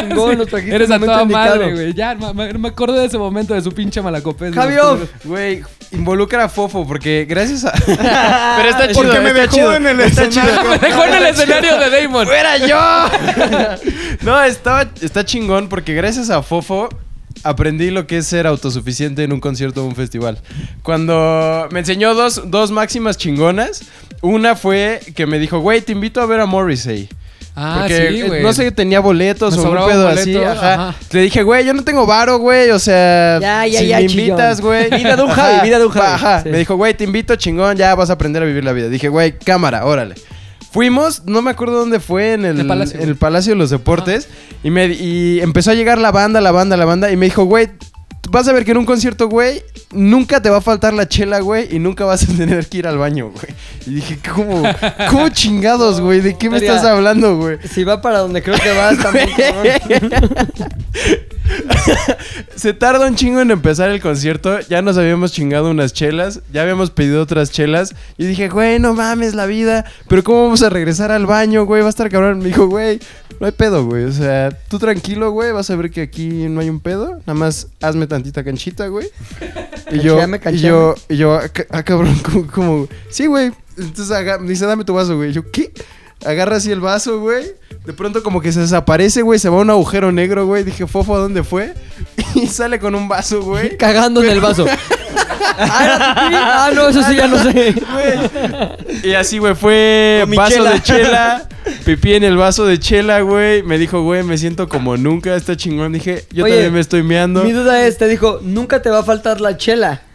Chingón, nos trajiste
Eres
en
a
el momento
toda
indicado.
madre, güey. Ya, ma- ma- me acuerdo de ese momento de su pinche malacopés. de los
Javier.
culeros.
Güey, involucra a Fofo porque
(laughs)
gracias a. (laughs)
Pero está chido.
Porque me
está
dejó
chido,
en el
está
escenario.
(laughs) Me dejó en el escenario de Damon.
¡Fuera yo! no, estaba, está chingón porque gracias a Fofo aprendí lo que es ser autosuficiente en un concierto o un festival. Cuando me enseñó dos, dos máximas chingonas, una fue que me dijo, güey, te invito a ver a Morrissey.
Ah,
Porque,
sí,
eh,
güey.
No sé, tenía boletos
Me
o un
sobraba un
pedo
boleto,
así. Ajá.
ajá.
Le dije, güey, yo no tengo varo, güey. O sea,
Ya, ya,
si
ya,
me
chillón.
invitas, güey.
(laughs) Vida de un
Ajá,
Javi, vida de un
pa,
Javi.
Ajá.
Sí.
Me dijo, güey, te invito, chingón, ya vas a aprender a vivir la vida. Dije, güey, cámara, órale. Fuimos, no me acuerdo dónde fue, en el,
El Palacio.
en el Palacio de los Deportes. Y, me, y empezó a llegar la banda, la banda, la banda. Y me dijo, güey, vas a ver que en un concierto, güey, nunca te va a faltar la chela, güey. Y nunca vas a tener que ir al baño, güey. Y dije, ¿cómo? ¿Cómo (laughs) chingados, güey? ¿De qué me
Daría-
estás hablando, güey?
Si va para donde creo que va, está muy cabrón.
Se tarda un chingo en empezar el concierto. Ya nos habíamos chingado unas chelas. Ya habíamos pedido otras chelas. Y dije, güey, no mames la vida. Pero ¿cómo vamos a regresar al baño, güey? Va a estar cabrón. Me dijo, güey, no hay pedo, güey. O sea, tú tranquilo, güey. Vas a ver que aquí no hay un pedo. Nada más hazme tantita canchita, güey. Y yo,
Cancheame,
y yo, y yo, ah, ca- ah, cabrón, (laughs) como, como- sí, güey. Entonces aga- me dice, dame tu vaso, güey. Yo, ¿qué? Agarra así el vaso, güey. De pronto como que se desaparece, güey. Se va a un agujero negro, güey. Dije, fofo, ¿a dónde fue? (laughs) Y sale con un vaso, güey.
Cagando en el vaso. Ah, no, eso sí ya no sé.
Y así, güey, fue
Con mi
vaso
chela.
de (laughs) chela. Pipí en el vaso de chela, güey. Me dijo, güey, me siento como nunca. Está chingón. Dije, yo
Oye,
también me estoy meando.
Mi duda es, te dijo, nunca te va a faltar la
(laughs)
chela.
(laughs)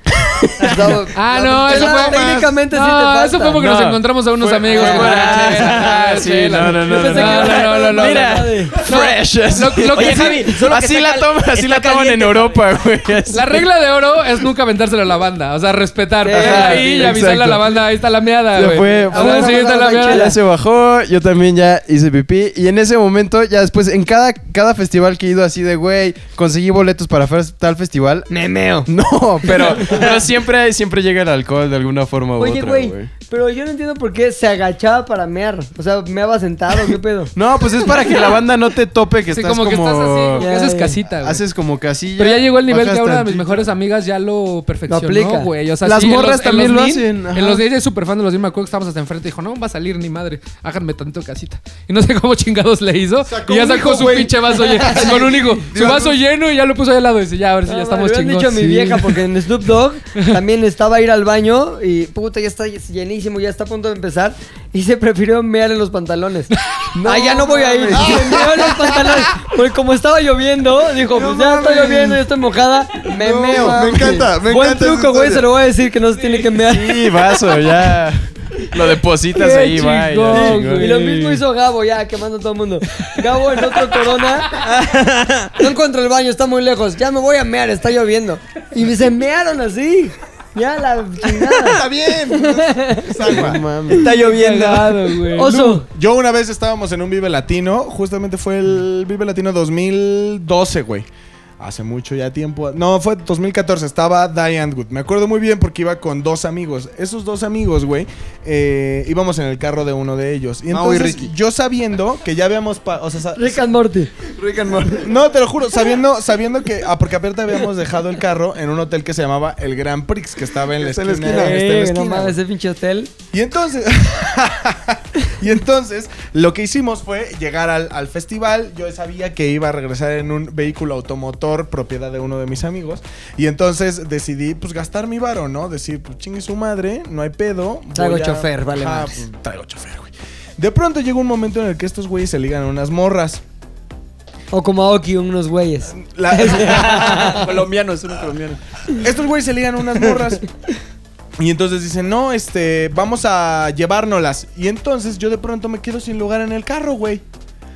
Ah, no,
Claro,
eso fue.
Técnicamente
no,
sí te falta.
eso fue porque nos
No.
encontramos a unos
Fue-
amigos.
Ah,
güey.
ah, sí, no, no, no,
Yo pensé
no,
que
no,
era-
no, no, no,
Mira,
(laughs) Fresh.
Lo- lo que sí-
así la toma, así la toman en Europa, güey. así.
La regla de oro es nunca aventársela a la banda. O sea, respetar.
Sí,
pasar ahí
sí,
y avisarle
exacto.
a la banda. Ahí está la meada,
Se
güey.
fue.
O sea,
Vamos,
sí,
vamos,
está la
vamos,
meada.
Ya se bajó, yo también ya hice pipí. Y en ese momento, ya después, en cada, cada festival que he ido así de, güey, conseguí boletos para fer- tal festival. (laughs)
Memeo.
No, pero, pero siempre, siempre llega el alcohol de alguna forma u
Oye,
otra,
güey, pero yo no entiendo por qué se agachaba para mear. O sea, meaba sentado, ¿qué pedo?
No, pues es para que la banda no te tope, que
Sí,
estás como...
como que estás así, como que
Ya,
haces
ya.
casita, güey.
haces como casilla.
Pero ya llegó el nivel
bajas
que una de mis
tantito.
mejores amigas ya lo perfeccionó,
aplica.
güey. O sea,
Las
sí, en
morras
los- en
también
los
lo
DIN,
hacen, ajá.
En los días de super fan de los DIN, me acuerdo que estábamos hasta enfrente. Dijo, no va a salir ni madre. Háganme tanto casita. Y no sé cómo chingados le hizo.
Sacó
y ya
un
sacó
hijo,
su
güey.
pinche vaso lleno. Con un hijo. Su vaso lleno y ya lo puso ahí al lado. Y dice, ya, a ver si ya
No,
estamos
me hubieran
chingados.
dicho a mi vieja porque en Snoop Dogg también estaba a ir al baño y puta, ya está llenísimo, ya está a punto de empezar y se prefirió mear en los pantalones. ah, ya no voy a ir. (laughs) Se meó en los pantalones. Porque como estaba lloviendo, dijo, pues ya está lloviendo, ya estoy mojada, me
No
meo.
mames. Me encanta, me
Buen
encanta esa
truco, güey,
historia.
se lo voy a decir que no se tiene que mear. (laughs)
Sí, vaso, ya. Lo depositas
Qué
ahí, va. y ya,
chingón,
chingón.
Y lo mismo hizo Gabo, ya quemando a todo el mundo. Gabo en otro corona. (laughs) No encuentro el baño, está muy lejos. Ya me voy a mear, está lloviendo. Y se mearon así. Ya la chingada.
Está bien.
(laughs)
Es agua.
No
(laughs)
mames.
Está
Cagado, güey.
Oso.
Yo una vez estábamos en un Vive Latino, justamente fue el Vive Latino 2012, güey. Hace mucho ya tiempo. No, fue 2014. Estaba Diane Wood. Me acuerdo muy bien porque iba con dos amigos. Esos dos amigos, güey, eh, íbamos en el carro de uno de ellos. Y
Mau y
entonces,
Ricky.
yo sabiendo que ya habíamos. pa- O sea, sa-
Rick and Morty.
Rick and Morty.
no, te lo juro, sabiendo, sabiendo que. Ah, porque aparte habíamos dejado el carro en un hotel que se llamaba El Gran Prix, que estaba en la
Está en la
esquina.
esquina.
está en la
Eh, no
esquina,
mames,
güey.
ese pinche hotel.
Y entonces. (laughs) y entonces, lo que hicimos fue llegar al, al festival. Yo sabía que iba a regresar en un vehículo automotor propiedad de uno de mis amigos. Y entonces decidí, pues, gastar mi varo, ¿no? Decir, pues, chingue su madre, no hay pedo. voy
Traigo chofer, vale
Ajá,
madres.
pues, traigo chofer, güey. De pronto llega un momento en el que estos güeyes se ligan a unas morras.
O como Aoki, unos güeyes. (laughs)
colombianos, unos colombianos.
Estos güeyes se ligan a unas morras. Y entonces dicen, no, este, vamos a llevárnoslas. Y entonces yo de pronto me quedo sin lugar en el carro, güey.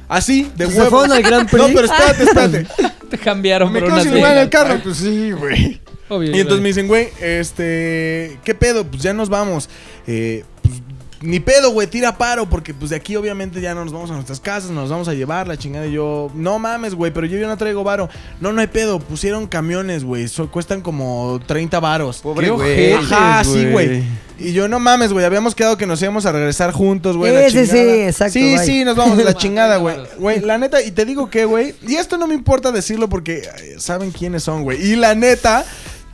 Así, de
¿Se
huevo.
fueron al Grand Prix?
(laughs) No, pero
(laughs)
espérate, espérate.
Te cambiaron
me
por
quedo
unas
sin lugar en el
viejas.
carro. pues sí, güey.
Obvio,
Y entonces
güey.
me dicen, güey, este, ¿qué pedo? Pues ya nos vamos. Eh, pues, ni pedo, güey, tira paro, porque pues de aquí obviamente ya no nos vamos a nuestras casas, nos vamos a llevar la chingada. Y yo, no mames, güey, pero yo ya no traigo varo. No, no hay pedo, pusieron camiones, güey, so- cuestan como 30 varos.
Pobre
Qué
güey.
ojete.
Ajá, sí, güey.
güey.
Y yo, no mames, güey, habíamos quedado que nos íbamos a regresar juntos, güey. la
Ese sí,
chingada.
exacto,
Sí,
bye.
sí, nos vamos
(laughs)
a la chingada, güey.
Vámonos.
Güey, la neta, y te digo que, güey, y esto no me importa decirlo porque eh, saben quiénes son, güey. Y la neta,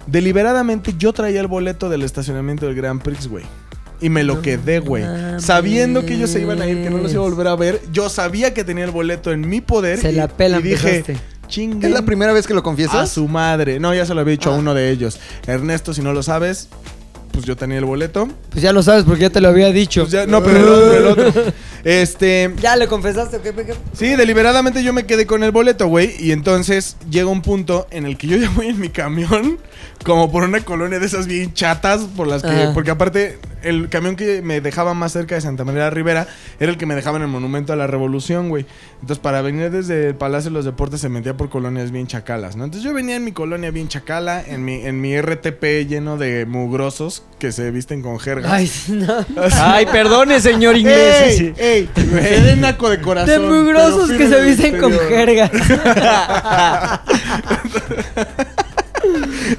deliberadamente yo traía el boleto del estacionamiento del Grand Prix, güey. Y me lo quedé, güey.
mames.
Sabiendo que ellos se iban a ir, que no los iba a volver a ver, yo sabía que tenía el boleto en mi poder.
Se
y-
la pelan,
Y dije,
empezaste.
chingue.
¿Es la primera vez que lo
A
confiesas?
su madre. No, ya se lo había
Ah.
dicho a uno de ellos. Ernesto, si no lo sabes, pues yo tenía el boleto.
Pues ya lo sabes porque ya te lo había dicho. (laughs)
Pues ya- no, pero el otro, el otro. Este.
¿Ya le confesaste? ¿Qué, qué, qué?
Sí, deliberadamente yo me quedé con el boleto, güey. Y entonces llega un punto en el que yo ya voy en mi camión, (laughs) como por una colonia de esas bien chatas, por las que.
Ah.
Porque aparte, el camión que me dejaba más cerca de Santa María Rivera era el que me dejaba en el Monumento a la Revolución, güey. Entonces, para venir desde el Palacio de los Deportes se metía por colonias bien chacalas, ¿no? Entonces yo venía en mi colonia bien chacala, en mi, en mi RTP lleno de mugrosos que se visten con jerga.
Ay, no.
Ay, perdone, señor inglés.
¡Ey! ¡Ey! Se den naco de corazón.
De mugrosos
pero
que se
firme de
visten con
exterior.
jerga.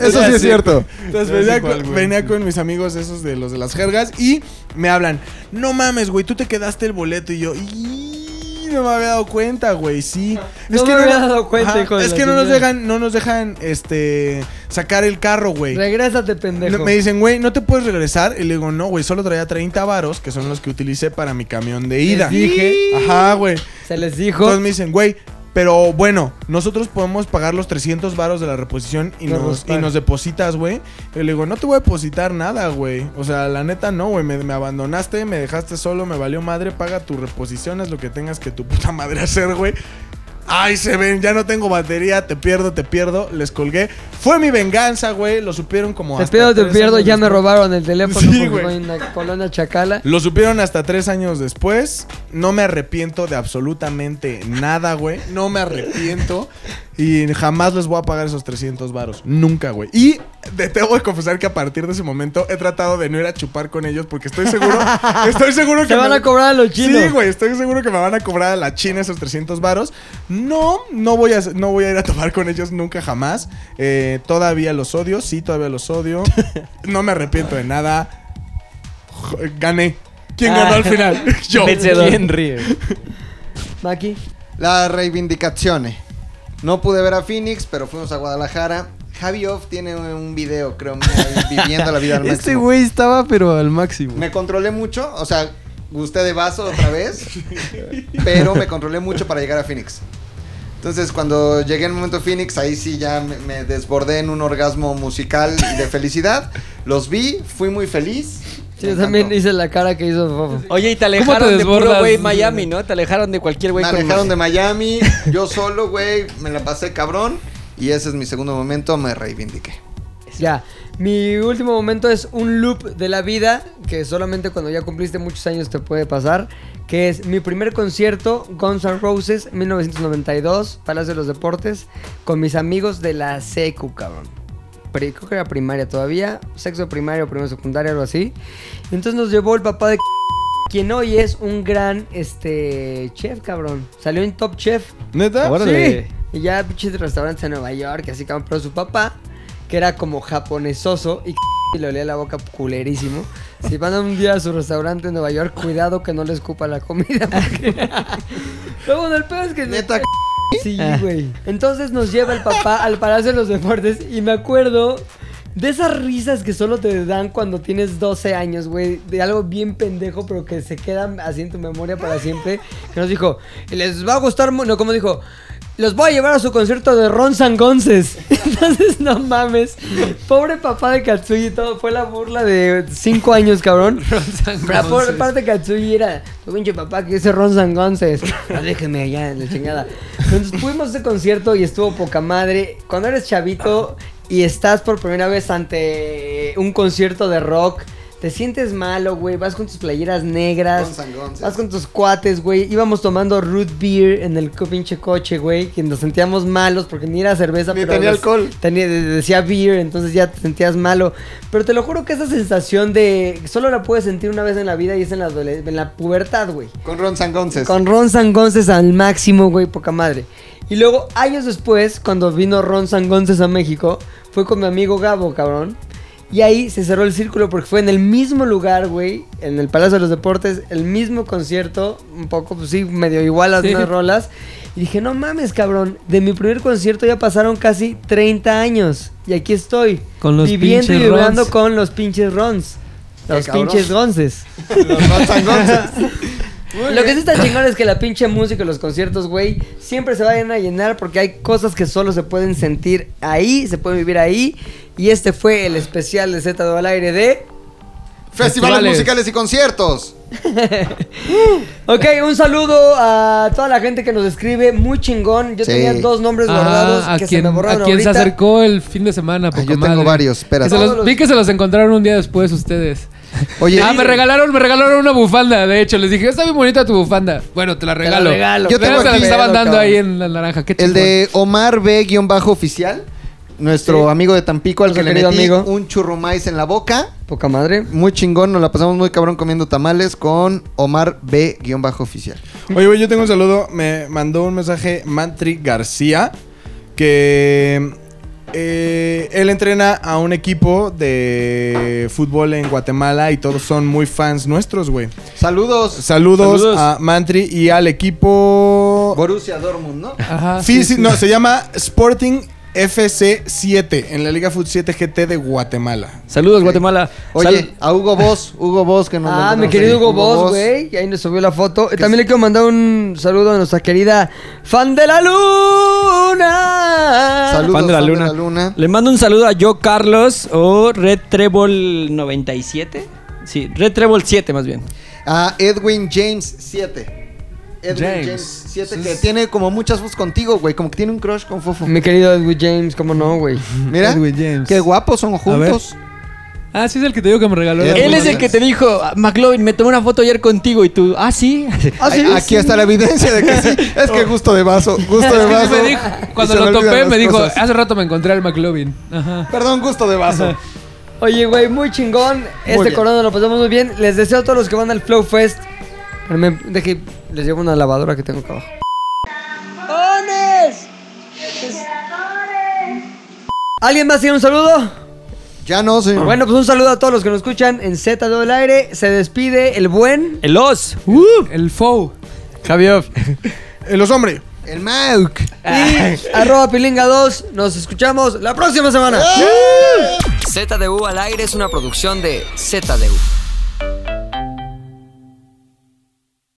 Eso sí es cierto.
Entonces
No sé
venía,
cuál,
con,
güey.
venía con mis amigos esos de los de las jergas y me hablan, no mames, güey, tú te quedaste el boleto y yo, "Y, no me había dado cuenta, güey, sí.
No me había dado cuenta,
Ajá,
hijo de
Es
la
que no nos
chingada.
dejan, no nos dejan este sacar el carro, güey.
Regrésate, pendejo.
No, me dicen, güey, ¿no te puedes regresar? Y le digo, no, güey, solo traía 30 varos, que son los que utilicé para mi camión de ida.
dije.
Ajá, güey.
Se les dijo.
Entonces me dicen, güey, pero bueno, nosotros podemos pagar los 300 varos de la reposición y
Nos los
nos, y
pagan.
nos depositas, güey. Y le digo, no te voy a depositar nada, güey. O sea, la neta no, güey. Me, me abandonaste, me dejaste solo, me valió madre. Paga tu reposición, es lo que tengas que tu puta madre hacer, güey. Ay, se ven, ya no tengo batería, te pierdo, te pierdo. Les colgué. Fue mi venganza, güey. Lo supieron como
Te
hasta
pido, te
tres
pierdo,
años
ya me
después.
robaron el teléfono
Sí,
porque
güey.
voy en la colonia Chacala.
Lo supieron hasta tres años después. No me arrepiento de absolutamente nada, güey. No me arrepiento. Y jamás les voy a pagar esos 300 varos. Nunca, güey. Y te tengo que confesar que a partir de ese momento he tratado de no ir a chupar con ellos porque
(laughs)
estoy seguro. estoy seguro que.
Se van
me-
a cobrar a los chinos.
Sí, güey, estoy seguro que me van a cobrar a la China esos 300 varos. No, no voy a, no voy a ir a tomar con ellos nunca jamás. Eh, todavía los odio, sí, todavía los odio. No me arrepiento de nada. Jo- Gané. ¿Quién ganó al final? Yo.
Vencedor.
¿Quién ríe?
Maki.
Las reivindicaciones. No pude ver a Phoenix, pero fuimos a Guadalajara. Javi Off tiene un video, creo, mío, ahí
(laughs)
viviendo la vida al máximo.
Este güey estaba pero al máximo.
Me controlé mucho, o sea, gusté de vaso otra vez, pero me controlé mucho para llegar a Phoenix. Entonces, cuando llegué al momento Phoenix, ahí sí ya me, me desbordé en un orgasmo musical y de felicidad. Los vi, fui muy feliz.
Sí,
Me
yo también
encantó.
hice la cara que hizo Fofo.
Oye, y te
te
alejaron de puro
desbordas?
güey Miami, ¿no? Te alejaron de cualquier güey
Me
con-
alejaron de Miami, yo solo, güey, me la pasé cabrón. Y ese es mi segundo momento, me reivindiqué.
Ya. Mi último momento es un loop de la vida que solamente cuando ya cumpliste muchos años te puede pasar. Que es mi primer concierto, Guns N' Roses, 1992, Palacio de los Deportes, con mis amigos de la secu, cabrón. Pri- creo que era primaria todavía, sexo de primaria o primero de secundaria, algo así. Entonces nos llevó el papá de quien hoy es un gran este chef, cabrón. Salió en Top Chef.
¿Neta?
Sí. Y ya pinches restaurantes en Nueva York, así cabrón. Pero su papá, que era como japonesoso y, y (laughs) le olía la boca culerísimo. Si van un día a su restaurante en Nueva York, cuidado que no les escupa la comida. porque- (laughs) Pero bueno, el pedo es que...
Neta,
Sí, güey. Entonces nos lleva el papá al Palacio de los Deportes y me acuerdo de esas risas que solo te dan cuando tienes 12 años, güey. De algo bien pendejo, pero que se queda así en tu memoria para siempre. Que nos dijo, les va a gustar, mu-", no, como dijo... Los voy a llevar a su concierto de Ron Sangonces. (laughs) Entonces, no mames. Pobre papá de Katsuyi y todo. Fue la burla de 5 años, cabrón. Pero por parte de Katsuyi era, tu pinche papá que dice Ron Sangonces. Déjeme Ah, allá en la chingada. Entonces fuimos a ese concierto y estuvo poca madre. Cuando eres chavito y estás por primera vez ante un concierto de rock, te sientes malo, güey. Vas con tus playeras negras.
Guns N' Roses.
Vas con tus cuates, güey. Íbamos tomando root beer en el co- pinche coche, güey. Que nos sentíamos malos porque ni era cerveza.
Ni tenía
des-
alcohol.
tenía- de- decía beer, entonces ya te sentías malo. Pero te lo juro que esa sensación de... Solo la puedes sentir una vez en la vida y es en la, adole- en la pubertad, güey.
Con Ron Sangonces.
Con Ron Sangonces al máximo, güey, poca madre. Y luego, años después, cuando vino Ron Sangonces a México, fue con mi amigo Gabo, cabrón. Y ahí se cerró el círculo porque fue en el mismo lugar, güey, en el Palacio de los Deportes, el mismo concierto, un poco, pues sí, medio igual las
Sí.
mismas rolas. Y dije, no mames, cabrón, de mi primer concierto ya pasaron casi 30 años. Y aquí estoy,
Con los
viviendo y
pinches
vibrando
Rons.
con los pinches Rons. Los
cabrón.
pinches Gonces.
Los Ron Sangonces.
Lo que sí está chingón es que la pinche música y los conciertos, güey, siempre se vayan a llenar porque hay cosas que solo se pueden sentir ahí, se pueden vivir ahí. Y este fue el especial de Z al aire de.
Festivales
Festivales.
musicales y conciertos.
Ok, un saludo a toda la gente que nos escribe, muy chingón. Yo
Sí.
tenía dos nombres guardados
Ah, a
que se
quien,
me
a
borraron
quien se
ahorita.
acercó el fin de semana. poca
Ah, yo tengo
madre.
varios, espérate.
Que se los-
Todos los-
vi que se los encontraron un día después ustedes.
Oye,
ah, me regalaron, me regalaron una bufanda, de hecho. Les dije, está bien bonita tu bufanda. Bueno, te la regalo.
regalo.
Yo tengo
Pero se las
aquí-
estaban
Pero,
dando
cabrón.
ahí en la naranja. Qué
el
chingón.
de Omar B-oficial, nuestro
Sí.
amigo de Tampico, al que
Nuestro
le
querido
metí
amigo.
un churrumais en la boca.
Poca madre.
Muy chingón, nos la pasamos muy cabrón comiendo tamales con Omar B-oficial.
Oye, güey, yo tengo un saludo. Me mandó un mensaje Mantri García que eh, él entrena a un equipo de fútbol en Guatemala y todos son muy fans nuestros, güey.
Saludos.
Saludos,
Saludos.
a Mantri y al equipo
Borussia Dortmund, ¿no?
Ajá, Ah, sí,
Fisi-
sí.
no, se llama Sporting FC7 en la Liga Foot 7 GT de Guatemala.
Saludos, Guatemala.
Oye,
Sal-
a Hugo Boss, Hugo Boss que nos
Ah,
lo
mi
encontramos
querido
ahí.
Hugo Boss, güey. Y ahí nos subió la foto. Eh, También le quiero mandar un saludo a nuestra querida fan de la luna.
Saludos,
Fan de la luna. Le mando un saludo a yo Carlos o Red Trébol 97. Sí, Red Trébol 7 más bien.
A Edwin James 7. Edwin
James.
James 7 que tiene como muchas fotos contigo, güey, como que tiene un crush con Fofo.
Mi querido Edwin James, ¿cómo no, güey?
Mira,
Edwin James.
qué guapos son juntos.
Ah, sí es el que te digo que me regaló.
Él
la
muy
Él es
bufanda.
buenas.
el que te dijo, "Ah, McLovin, me tomé una foto ayer contigo y tú, ah, sí.
Ay, aquí está la evidencia de que sí. Es
(laughs)
que gusto de vaso, gusto de
Es que
vaso.
me dijo- cuando
Y se
lo
me olvidan
topé,
las
me dijo, "Ah".
cosas.
hace rato me encontré al McLovin. Ajá.
Perdón, gusto de vaso.
Oye, güey, muy chingón. Este
bien.
corona lo pasamos muy bien. Les deseo a todos los que van al Flow Fest. Espérame, deje- les llevo una lavadora que tengo acá abajo. ¿Alguien más tiene un saludo?
Ya no, señor.
Bueno, pues un saludo a todos los que nos escuchan en Z del aire. Se despide el buen.
El os.
El Fou.
Javier.
Eh, los hombres.
El Mauk.
Y arroba pilinga 2. Nos escuchamos la próxima semana.
ZDU al aire es una producción de ZDU.